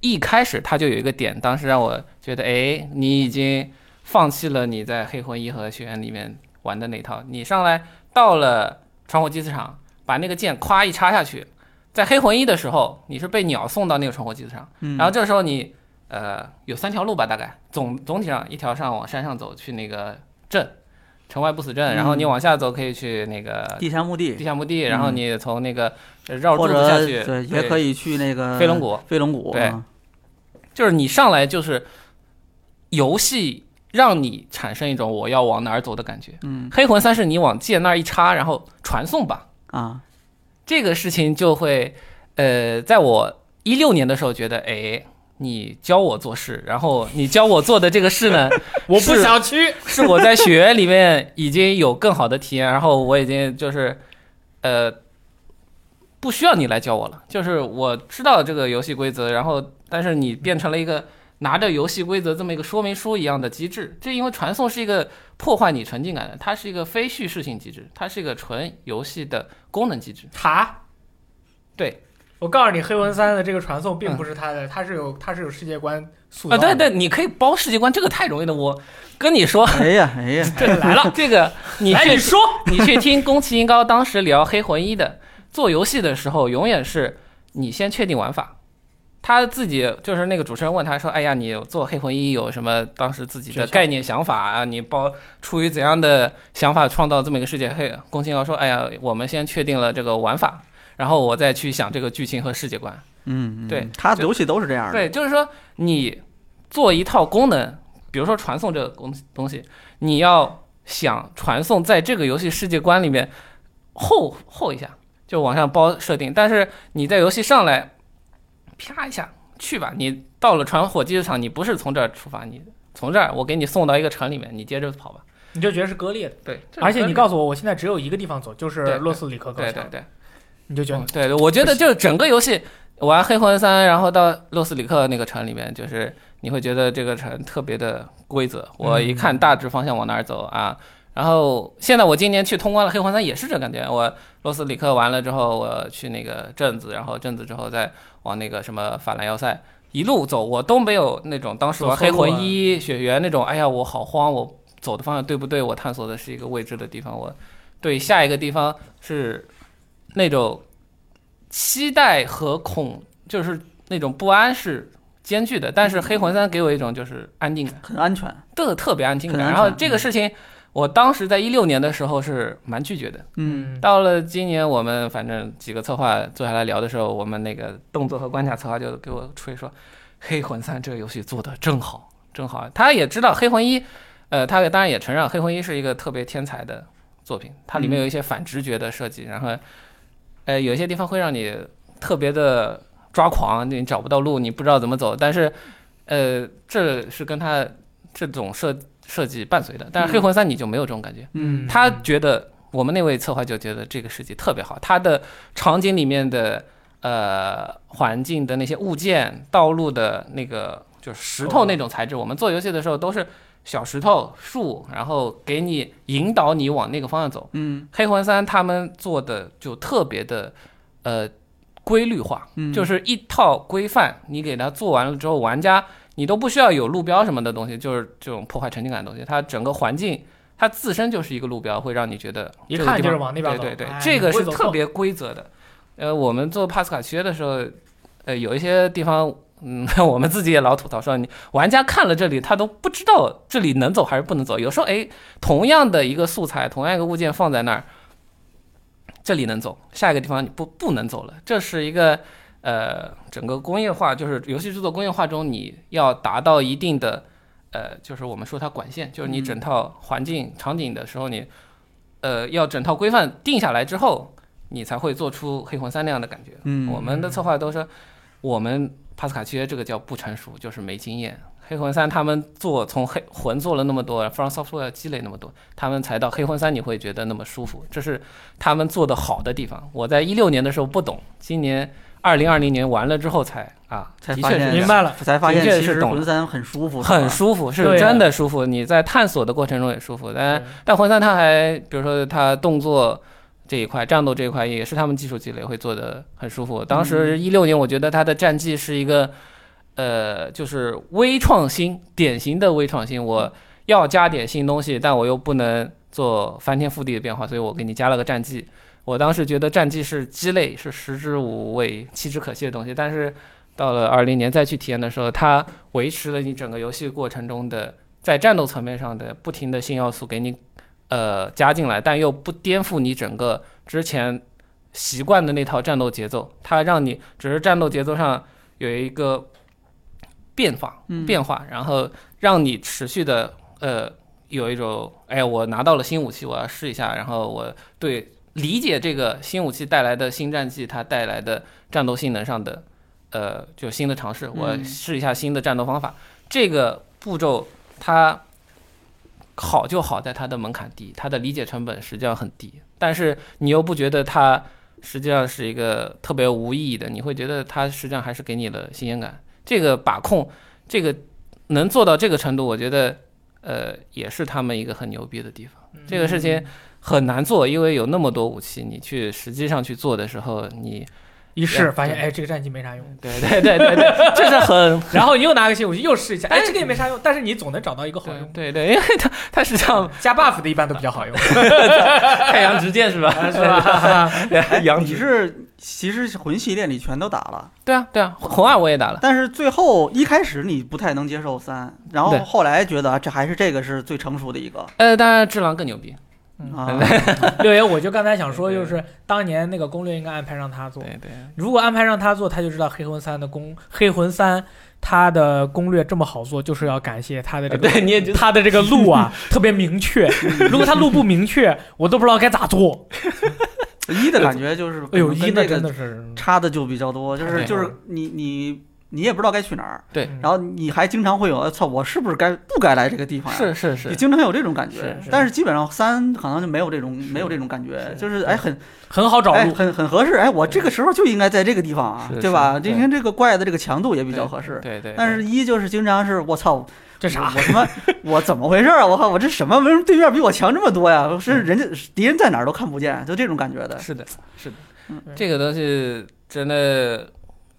一开始它就有一个点，当时让我觉得，哎，你已经放弃了你在黑魂一和学院里面玩的那套，你上来到了传火机子场，把那个剑咵一插下去，在黑魂一的时候，你是被鸟送到那个传火机子场，
嗯，
然后这时候你呃有三条路吧，大概总总体上一条上往山上走去那个镇，城外不死镇，然后你
嗯
往下走可以去那个
地下墓
呃地
地
下墓地，然后
嗯
你从那个呃绕
或
柱
者
子下去，
对也可
以，
以嗯去那个
飞龙，谷，
飞龙谷
对
啊
就是你上来就是游戏让你产生一种我要往哪儿走的感觉。
嗯
黑魂三是你往剑那儿一插，然后传送吧，
啊
这个事情就会，呃，在我一六年的时候觉得，哎，你教我做事，然后你教我做的这个事呢，
我不
是
想去，
是我在学院里面已经有更好的体验，然 后我已经就是，呃，不需要你来教我了，就是我知道这个游戏规则，然后但是你变成了一个拿着游戏规则这么一个说明书一样的机制，这因为传送是一个破坏你沉浸感的，它是一个非叙事性机制，它是一个纯游戏的功能机制。
哈，
对，
我告诉你，黑魂三的这个传送并不是它的，它是有它是有世界观塑造
嗯啊，
的。
对对，你可以包世界观，这个太容易了。我跟你说，
哎呀哎呀，
这来了， 这个你
来
去
你说，
你去听宫崎英高当时聊《黑魂一》的，做游戏的时候，永远是你先确定玩法。他自己就是那个主持人问他说：“哎呀，你做《黑魂一》有什么当时自己的概念想法啊？你包出于怎样的想法创造这么一个世界？”嘿，宫崎英高说：“哎呀，我们先确定了这个玩法，然后我再去想这个剧情和世界观。”
嗯，嗯
对
他
就
游戏都是这样的，
对，就是说你做一套功能，比如说传送这个东西东西，你要想传送在这个游戏世界观里面后后一下，就往上包设定。但是你在游戏上来，啪一下去吧，你到了传火机场，你不是从这儿出发，你从这儿我给你送到一个城里面，你接着跑吧。
你就觉得是割裂的。
对，
而且你
告
告诉我，我现在只有一个地方走，就是
对
洛斯里克高
对对
墙，
对。
你就觉得
哦对对，我觉得就是整个游戏玩黑魂三，然后到洛斯里克那个城里面，就是你会觉得这个城特别的规则。我
嗯
一看大致方向往哪儿走啊，然后现在我今年去通关了黑魂三，也是这感觉。我洛斯里克完了之后，我去那个镇子，然后镇子之后再往那个什么法兰要塞。一路走，我都没有那种当时玩
走错
黑
路啊
魂一、雪原那种，哎呀，我好慌，我走的方向对不对？我探索的是一个未知的地方，我对下一个地方是那种期待和恐，就是那种不安是兼具的。但是黑魂三给我一种就是安定感，
很安全，
特特别安定感。
很安
然
全嗯
后这个事情，我当时在一六年的时候是蛮拒绝的。
嗯，
到了今年，我们反正几个策划坐下来聊的时候，我们那个动作和关卡策划就给我吹说，《黑魂三》这个游戏做的正好，正好。他也知道《黑魂一》，呃，他当然也承认《黑魂一》是一个特别天才的作品，它里面有一些反直觉的设计，然后，呃，有一些地方会让你特别的抓狂，你找不到路，你不知道怎么走，但是，呃，这是跟它这种设设计伴随的，但是黑魂三你就没有这种感觉，
嗯
他觉得我们那位策划就觉得这个设计特别好，他的场景里面的呃环境的那些物件、道路的那个就是石
哦
头那种材质，我们做游戏的时候都是小石头、树，然后给你引导你往那个方向走。
嗯
黑魂三他们做的就特别的呃规律化，
嗯，
就是一套规范，你给它做完了之后，玩家你都不需要有路标什么的东西，就是这种破坏沉浸感的东西。它整个环境，它自身就是一个路标，会让你觉得
一
这个地
看就是
方
往那边走
对对对
哎，
这个
不会
是
走
特
错
别规则的。呃，我们做帕斯卡靴的时候，呃，有一些地方，嗯， 我们自己也老吐槽说，你玩家看了这里，他都不知道这里能走还是不能走。有时候，哎，同样的一个素材，同样一个物件放在那儿，这里能走，下一个地方你不不能走了。这是一个呃，整个工业化，就是游戏制作工业化中，你要达到一定的呃，就是我们说它管线，就是你
嗯
整套环境场景的时候，你呃要整套规范定下来之后，你才会做出《黑魂三》那样的感觉。
嗯
我们的策划都说，我们帕斯卡契约这个叫不成熟，就是没经验。黑魂三他们做从黑魂做了那么多，From Software 积累那么多，他们才到黑魂三你会觉得那么舒服，这是他们做的好的地方。我在一六年的时候不懂，今年二零二零年完了之后才啊，
才
的
发
确是
现
这
明
样
白了，
才发现
的确
其
是
实
懂
魂
了
三很舒服，
很舒服，是
啊
对
真的舒服。你在探索的过程中也舒服，
嗯
但但魂三它还，比如说它动作这一块、战斗这一块，也是他们技术积累会做的很舒服。当时一六年，我觉得它的战绩是一个，呃，就是微创新，典型的微创新。我要加点新东西，但我又不能做翻天覆地的变化，所以我给你加了个战绩。我当时觉得战绩是鸡肋，是食之无味、弃之可惜的东西，但是。到了二零年再去体验的时候，它维持了你整个游戏过程中的在战斗层面上的不停的新要素给你呃加进来，但又不颠覆你整个之前习惯的那套战斗节奏，它让你只是战斗节奏上有一个变化
嗯
变化，然后让你持续的呃有一种哎我拿到了新武器，我要试一下，然后我对理解这个新武器带来的新战绩，它带来的战斗性能上的呃，就新的尝试，我
嗯
试一下新的战斗方法。这个步骤它好就好在它的门槛低，它的理解成本实际上很低，但是你又不觉得它实际上是一个特别无意义的，你会觉得它实际上还是给你了新鲜感。这个把控，这个能做到这个程度，我觉得呃也是他们一个很牛逼的地方。这个事情很难做，因为有那么多武器，你去实际上去做的时候，你
一
对嗯
试发现，哎，这个战绩没啥用，
对对对对对， 这是很
然后你又拿个新武器又试一下，哎，
哎
这个也没啥用，但是你总能找到一个好用的。
对对，因为它它实际上
加 buff 的一般都比较好用，
太阳直 剑是吧？
是 吧？
哎你是其实魂系列你全都打了，
对啊对啊，红二我也打了，
但是最后一开始你不太能接受三，然后
对
后来觉得啊这还是这个是最成熟的一个
呃，当然智狼更牛逼，嗯
啊。
六爷，我就刚才想说，
对
就
对
是当年那个攻略应该安排让他做，
对对，
如果安排让他做，他就知道黑魂三的攻黑魂三他的攻略这么好做，就是要感谢他的这个、
对你也觉得嗯
他的这个路啊特别明 确。如果他路不明确，我都不知道该咋做。
一的感觉就是，
嗯
哎呦，一
那
那真
个
的是，
差的就比较多，就是
对
就是你你你也不知道该去哪儿，
对
嗯
然后你还经常会有，哎操，我是不是该不该来这个地方呀？
是是
你
是，
经常有这种感觉
是，是
但是基本上三好像就没有这种没有这种感觉，就是哎很
很好找
哎
路。
很很合适，哎我这个时候就应该在这个地方啊
是，
对吧？
是
今
对
天这个怪的这个强度也比较合适，
对对，
但是一就是经常是我操，
这啥
我？我他妈 我怎么回事啊？我靠，我这什么？为什么对面比我强这么多呀？
嗯
是人家敌人在哪儿都看不见，就这种感觉的。
是的是的
嗯，
这个东西真的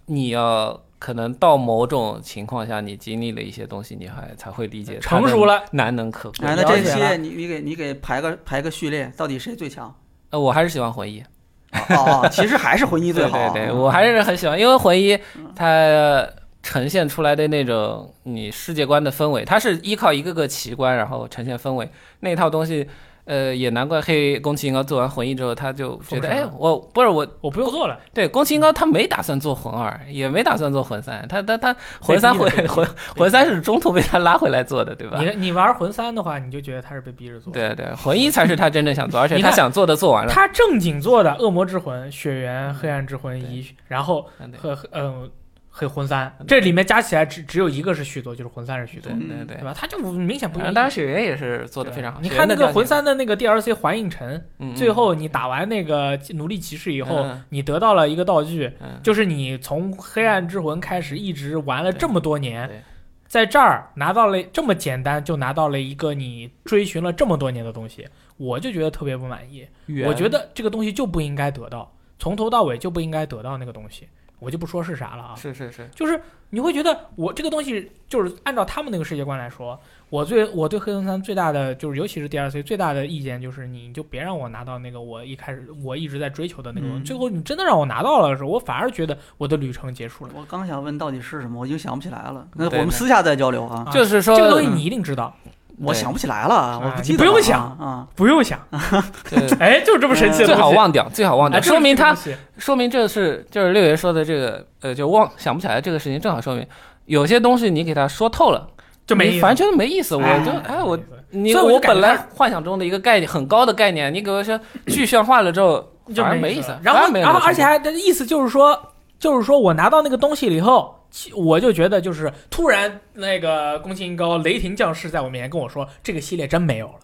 你要。可能到某种情况下，你经历了一些东西，你还才会理解它
成熟
的
了
难能可贵
哎，。那
了
这
解
期
了
你你给你给排个排个序列，到底谁最强？
呃，我还是喜欢回忆，
哦，哦其实还是魂一最好啊。
对
嗯
对对，我还是很喜欢，因为魂一它呈现出来的那种你世界观的氛围，它是依靠一个个奇观然后呈现氛围那套东西。呃，也难怪黑宫崎英高做完魂一之后，他就觉
封
得，
神
哎
了，
我不是我，
我不用做了，
对宫崎英高他没打算做魂二，也没打算做 魂三，他他他魂三
被
魂
逼的
魂魂三是中途被他拉回来做的，对吧
你？你玩魂三的话，你就觉得他是被逼着做。，
对对，魂一才是他真 正想做，而且
你
他
看
想做的做完了。
他正经做的《恶魔之魂》《血缘》《黑暗之魂一》，然后
嗯对嗯
和嗯和魂三，这里面加起来只只有一个是续作，就是魂三是续作
对，对对
对，吧？他就明显不一
反正
样。
当然雪原也是做的非常好。
嗯你
雪
看
原
那
的
个
表现
魂三的那个 DLC 环影城，
嗯嗯
最后你打完那个奴隶骑士以后
嗯，
你得到了一个道具，
嗯
就是你从黑暗之魂开始一直玩了这么多
对对
年，在这儿拿到了这么简单就拿到了一个你追寻了这么多年的东西，我就觉得特别不满意。我觉得这个东西就不应该得到，从头到尾就不应该得到那个东西。我就不说是啥了啊，
是是是，
就是你会觉得我这个东西就是按照他们那个世界观来说，我最我对黑魂三最大的就是尤其是 DLC 最大的意见就是你就别让我拿到那个我一开始我一直在追求的那个，
嗯
最后你真的让我拿到了的时候，我反而觉得我的旅程结束了。
我刚想问到底是什么，我已经想不起来了。那
对
我们
对
私下再交流啊
啊，
就是说
这个东西你一定知 道，
我想不起来了，我
啊
哎
不
你
记
不
得
用
了
想
啊。
不用想，
嗯对
哎，就是这么神奇的
嗯最
东西
好。忘掉，最好忘
哎
掉，说明
这
他
个东西
说明这是就是六爷说的这个呃，就忘想不起来这个事情，正好说明有些东西你给他说透了，
就没意
你
思
反正觉得没意思，我
哎
就哎我你
所以我就
我
感觉
本来幻想中的一个概念很高的概念，你给我说具象化了之后，
就
反而
没
没意思，
然后
反而没有
然后啊
那个嗯
而且还的意思就是说，就是说我拿到那个东西了以后。其我就觉得，就是突然那个宫崎英高雷霆降世在我面前跟我说，这个系列真没有了，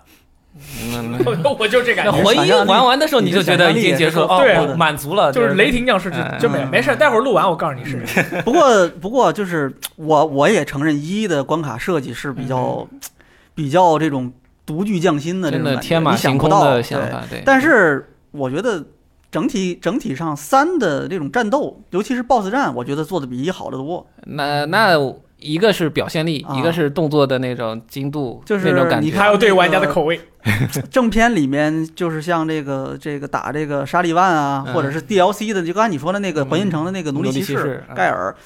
嗯嗯
我就 我就这感
那
觉，
回
想
忆
象力
玩完的时候，你就觉得已经结束了，
对啊
哦，我满足了，
就是雷霆降世
哎
真真没有，没事，待会儿录完我告诉你是
嗯
谁。
不过不过就是我我也承认一的关卡设计是比较比较这种独具匠心的这
嗯真
种感
的
觉，
天马
你想
行
不
空
到
的想
对
法，对，
但是我觉得整体整体上三的这种战斗，尤其是 BOSS 战，我觉得做的比一好得多。
那那一个是表现力，
嗯啊
一个是动作的那种精度，
就是
那种感
你
觉。
看
还有对玩家的口味，
正片里面就是像这个这个打这个沙利万啊，
嗯
或者是 DLC 的，就刚才你说的那个
嗯
环印城的那个奴
奴
隶
隶
骑
骑士
士
嗯
盖尔，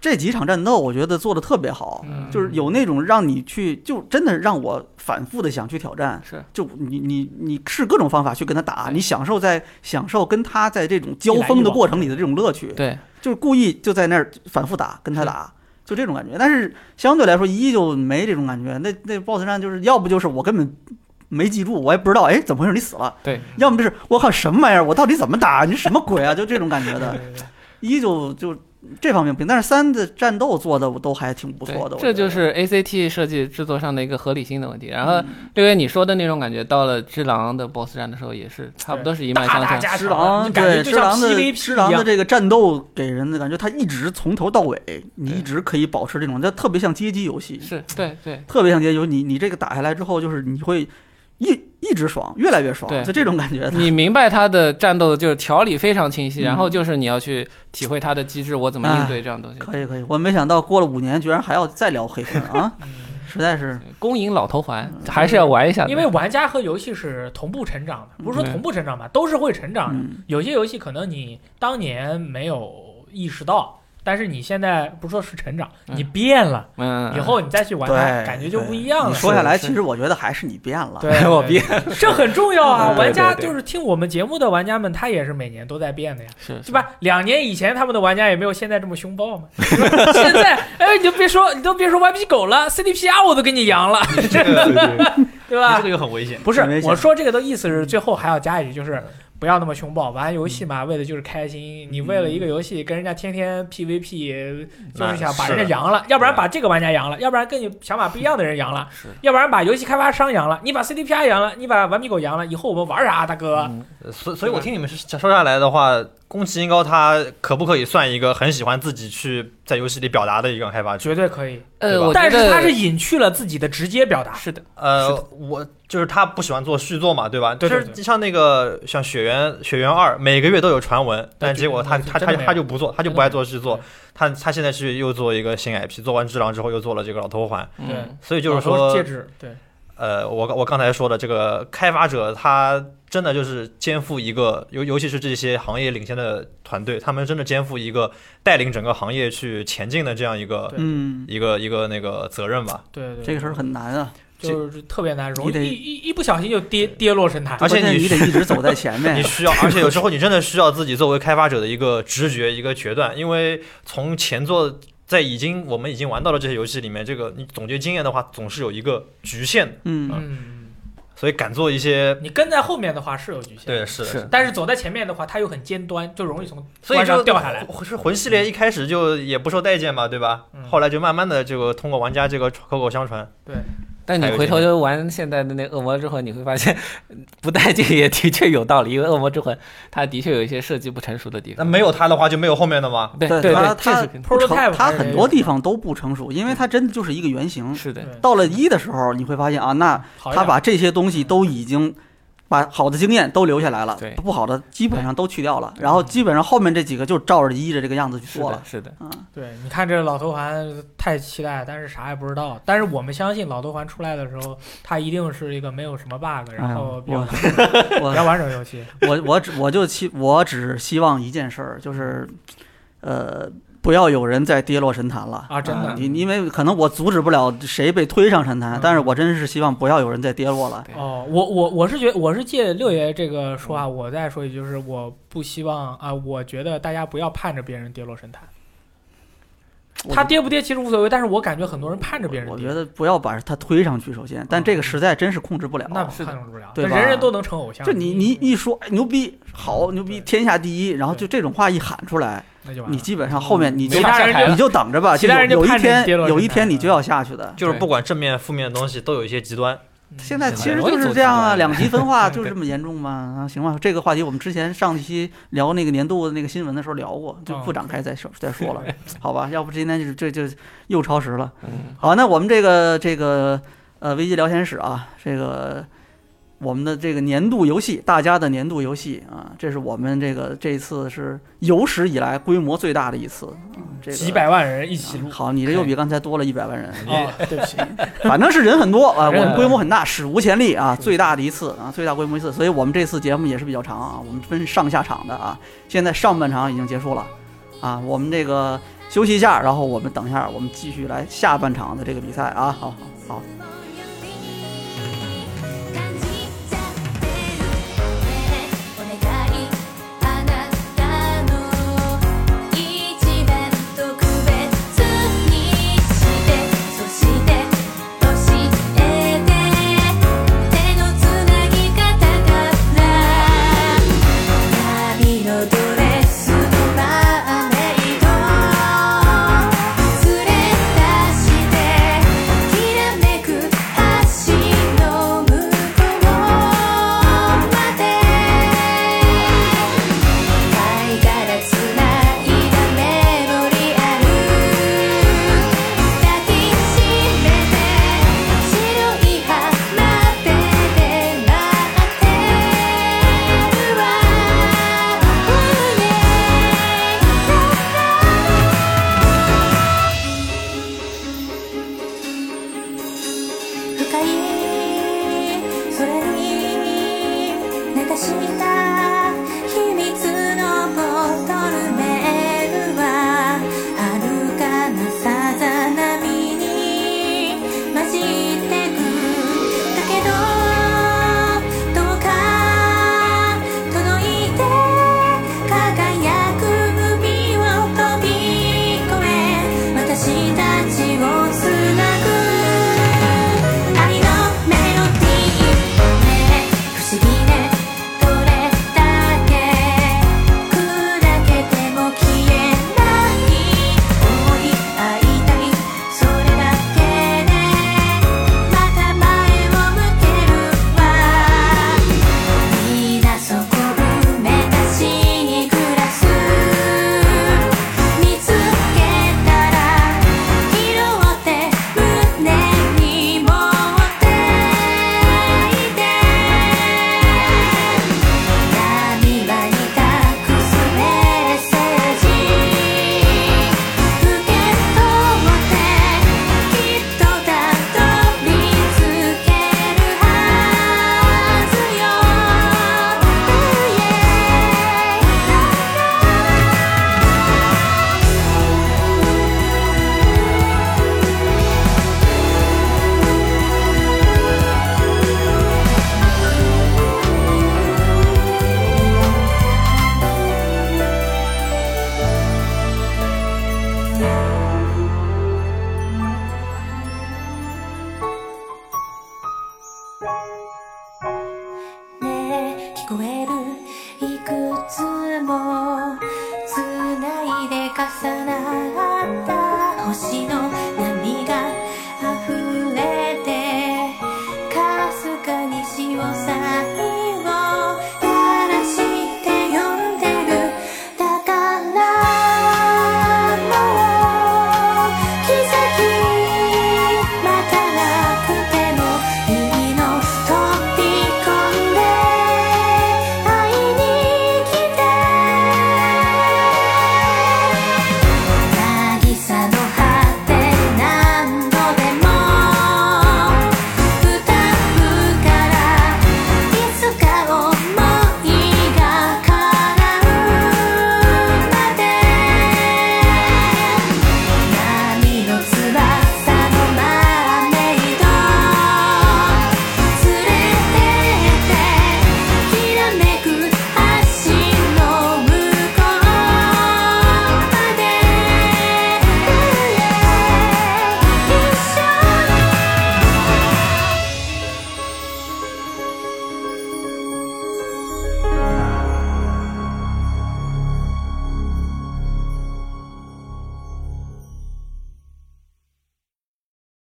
这几场战斗我觉得做的特别好，
嗯
就是有那种让你去，就真的让我反复的想去挑战。
是，
就你你你试各种方法去跟他打，
对
你享受在享受跟他在这种交锋的过程里的这种乐趣，
对，
就是故意就在那儿反复打，跟他打，就这种感觉。但是相对来说，一就没这种感觉。那那 BOSS 战就是要不就是我根本没记住，我也不知道哎怎么回事你死了，
对，
要么就是我靠什么玩意儿，我到底怎么打？ 你什么鬼啊？就这种感觉的。一就就这方面不行，但是三的战斗做的都还挺不
对
错的。我觉得
这
嗯
就是 A C T 设计制作上的一个合理性的问题。然后六月你说的那种感觉，到了只狼的 BOSS 战的时候，也是差不多是一脉
大
相
大
承。
家
只狼
感觉
对只
就像
狼的
PVP
只
一
狼的
样。
这个战斗给人的感觉，他一直从头到尾，你
对
一直可以保持这种，它特别像街机游戏，
是对 对
特别像街机游戏。你你这个打下来之后，就是你会一一直爽，越来越爽
对，
就这种感觉。
你明白他的战斗就是条理非常清晰，
嗯哎
然后就是你要去体会他的机制，我怎么应对这样东西。
可以可以，我没想到过了五年，居然还要再聊黑魂啊，
嗯
实在是
恭迎老头环，
嗯
还是要玩一下的。
因为玩家和游戏是同步成长的，不是说
对
同步成长吧，都是会成长的。
嗯
有些游戏可能你当年没有意识到，但是你现在不是说是成长，
嗯
你变了，
嗯，
以后你再去玩它，
对，
感觉就
对
不一样了。
你说下来，
是
其实我觉得还是你变了。
对，
我
对，这很重要啊！
嗯
玩家
对对对
就是听我们节目的玩家们，他也是每年都在变的呀，
是
对？吧？两年以前他们的玩家也没有现在这么凶暴嘛。现在，哎，你就别说，你都别说 YP 狗了，CDPR 我都给你扬了， 对吧
这？个又很危险。
不是
很危，险
我说这个的意思是，最后还要加一句，就是不要那么凶暴。玩游戏嘛，为的就是开心。你为了一个游戏跟人家天天 PVP，就是想把人家扬了，要不然把这个玩家扬了，要不然跟你想法不一样的人扬了
是，
要不然把游戏开发商扬了，你把 CDPR 扬了，你把顽皮狗扬了，以后我们玩啥啊，大哥？
嗯
呃所所以，我听你们说下来的话，宫崎英高他可不可以算一个很喜欢自己去在游戏里表达的一个开发者？
绝对可以，
呃，
对吧
我觉
但是
得
他是隐去了自己的直接表达，
是的，
呃
是的，
我就是他不喜欢做续作嘛，对吧？
对对
就是像那个像《血缘血缘二》，每个月都有传闻，但结果他
对对
他
真的
他
没有
他就不做，他就不爱做续作
对，
他他现在是又做一个新 IP，做完《只狼》之后又做了这个《老头环
对
嗯，》，
所以就是
老头
说
哦戒，指，对，
呃，我刚我刚才说的这个开发者，他真的就是肩负一个，尤尤其是这些行业领先的团队，他们真的肩负一个带领整个行业去前进的这样一个
对
嗯，
一个一个那个责任吧。
对对，
这个事儿很难啊。
就是特别难，容
你
易
得
一一一不小心就跌跌落神坛。
而且
关键
你
你得一直走在前
你
面，
需要，而且有时候你真的需要自己作为开发者的一个直觉、一个决断，因为从前作在已经我们已经玩到了这些游戏里面，这个你总结经验的话，总是有一个局限的，
嗯，
嗯，
所以敢做一些，
你跟在后面的话是有局限，
对，是的，
是
但是走在前面的话，它又很尖端，就容易从
所以
关
就
上掉下来。
是魂系列一开始就也不受待见嘛，对吧？
嗯
后来就慢慢的这个通过玩家这个口口相传，
但你
还有
回
这
头
个
就玩现在的那《恶魔之魂》，你会发现不带劲也的确有道理，因为《恶魔之魂》它的确有一些设计不成熟的地
那
方。
没有他的话就没有后面的嘛。
对对
它
对，这
它
是肯定
不成
prototype
它
还是
很多地方都不成熟，因为它真的就是一个原型。
是的。
对
到了一的时候，你会发现啊，那
好一
他
点
把这些东西都已经把好的经验都留下来了
对，
不好的基本上都去掉了，然后基本上后面这几个就照着一的这个样子去
是
做了
的，。是的，
啊，
对，你看这老头环太期待，但是啥也不知道。但是我们相信老头环出来的时候，它一定是一个没有什么 bug，然后比较、
我
比较
哎我
完整的游戏。
我我只我就希我只希望一件事儿，就是呃。不要有人再跌落神坛了
啊真的
你因为可能我阻止不了谁被推上神坛，
嗯
但是我真是希望不要有人再跌落了。
哦，我我我是觉我是借六爷这个说
嗯
话，我再说一句，就是我不希望啊，我觉得大家不要盼着别人跌落神坛。
我
他跌不跌其实无所谓，但是我感觉很多人盼着别人跌，嗯
我觉得不要把他推上去，首先，但这个实在真是控制不了。
那
是的
盼望不了，
对吧
人人都能成偶像，
就你你一说哎牛逼好牛逼
对
天下第一，然后
对
就这种话一喊出来，
那就完
你
了。
基本上后面你就
其
没法
他
下
人
台
就
你就等着吧，
其他人就
有有一
盼着你
天
跌落
有
神
一
坛
天你
了
就要下去的。
就是
对
不管正面负面的东西，都有一些极端。
现在
嗯
其实
我也
就是
走
这样啊，
极端
两极分化
对
就是这么严重嘛啊，行吧，这个话题我们之前上一期聊那个年度的那个新闻的时候聊过，就
嗯
不展开再说再说 了，好吧？要不今天就是这就又超时了。
嗯，
好，那我们这个这个呃危机聊天室啊，这个我们的这个年度游戏，大家的年度游戏啊，这是我们这个这次是有史以来规模最大的一次，啊、这个
几百万人一起
啊
录。
好，你这又比刚才多了一百万人，
哦，对不起，
反正是人很 多啊，我
人很
们
多
规模很大，史无前例啊，
是
最大的一次啊，最大规模一次，所以我们这次节目也是比较长啊，我们分上下场的啊，现在上半场已经结束了啊，我们这个休息一下，然后我们等一下，我们继续来下半场的这个比赛啊，好好好。
Thank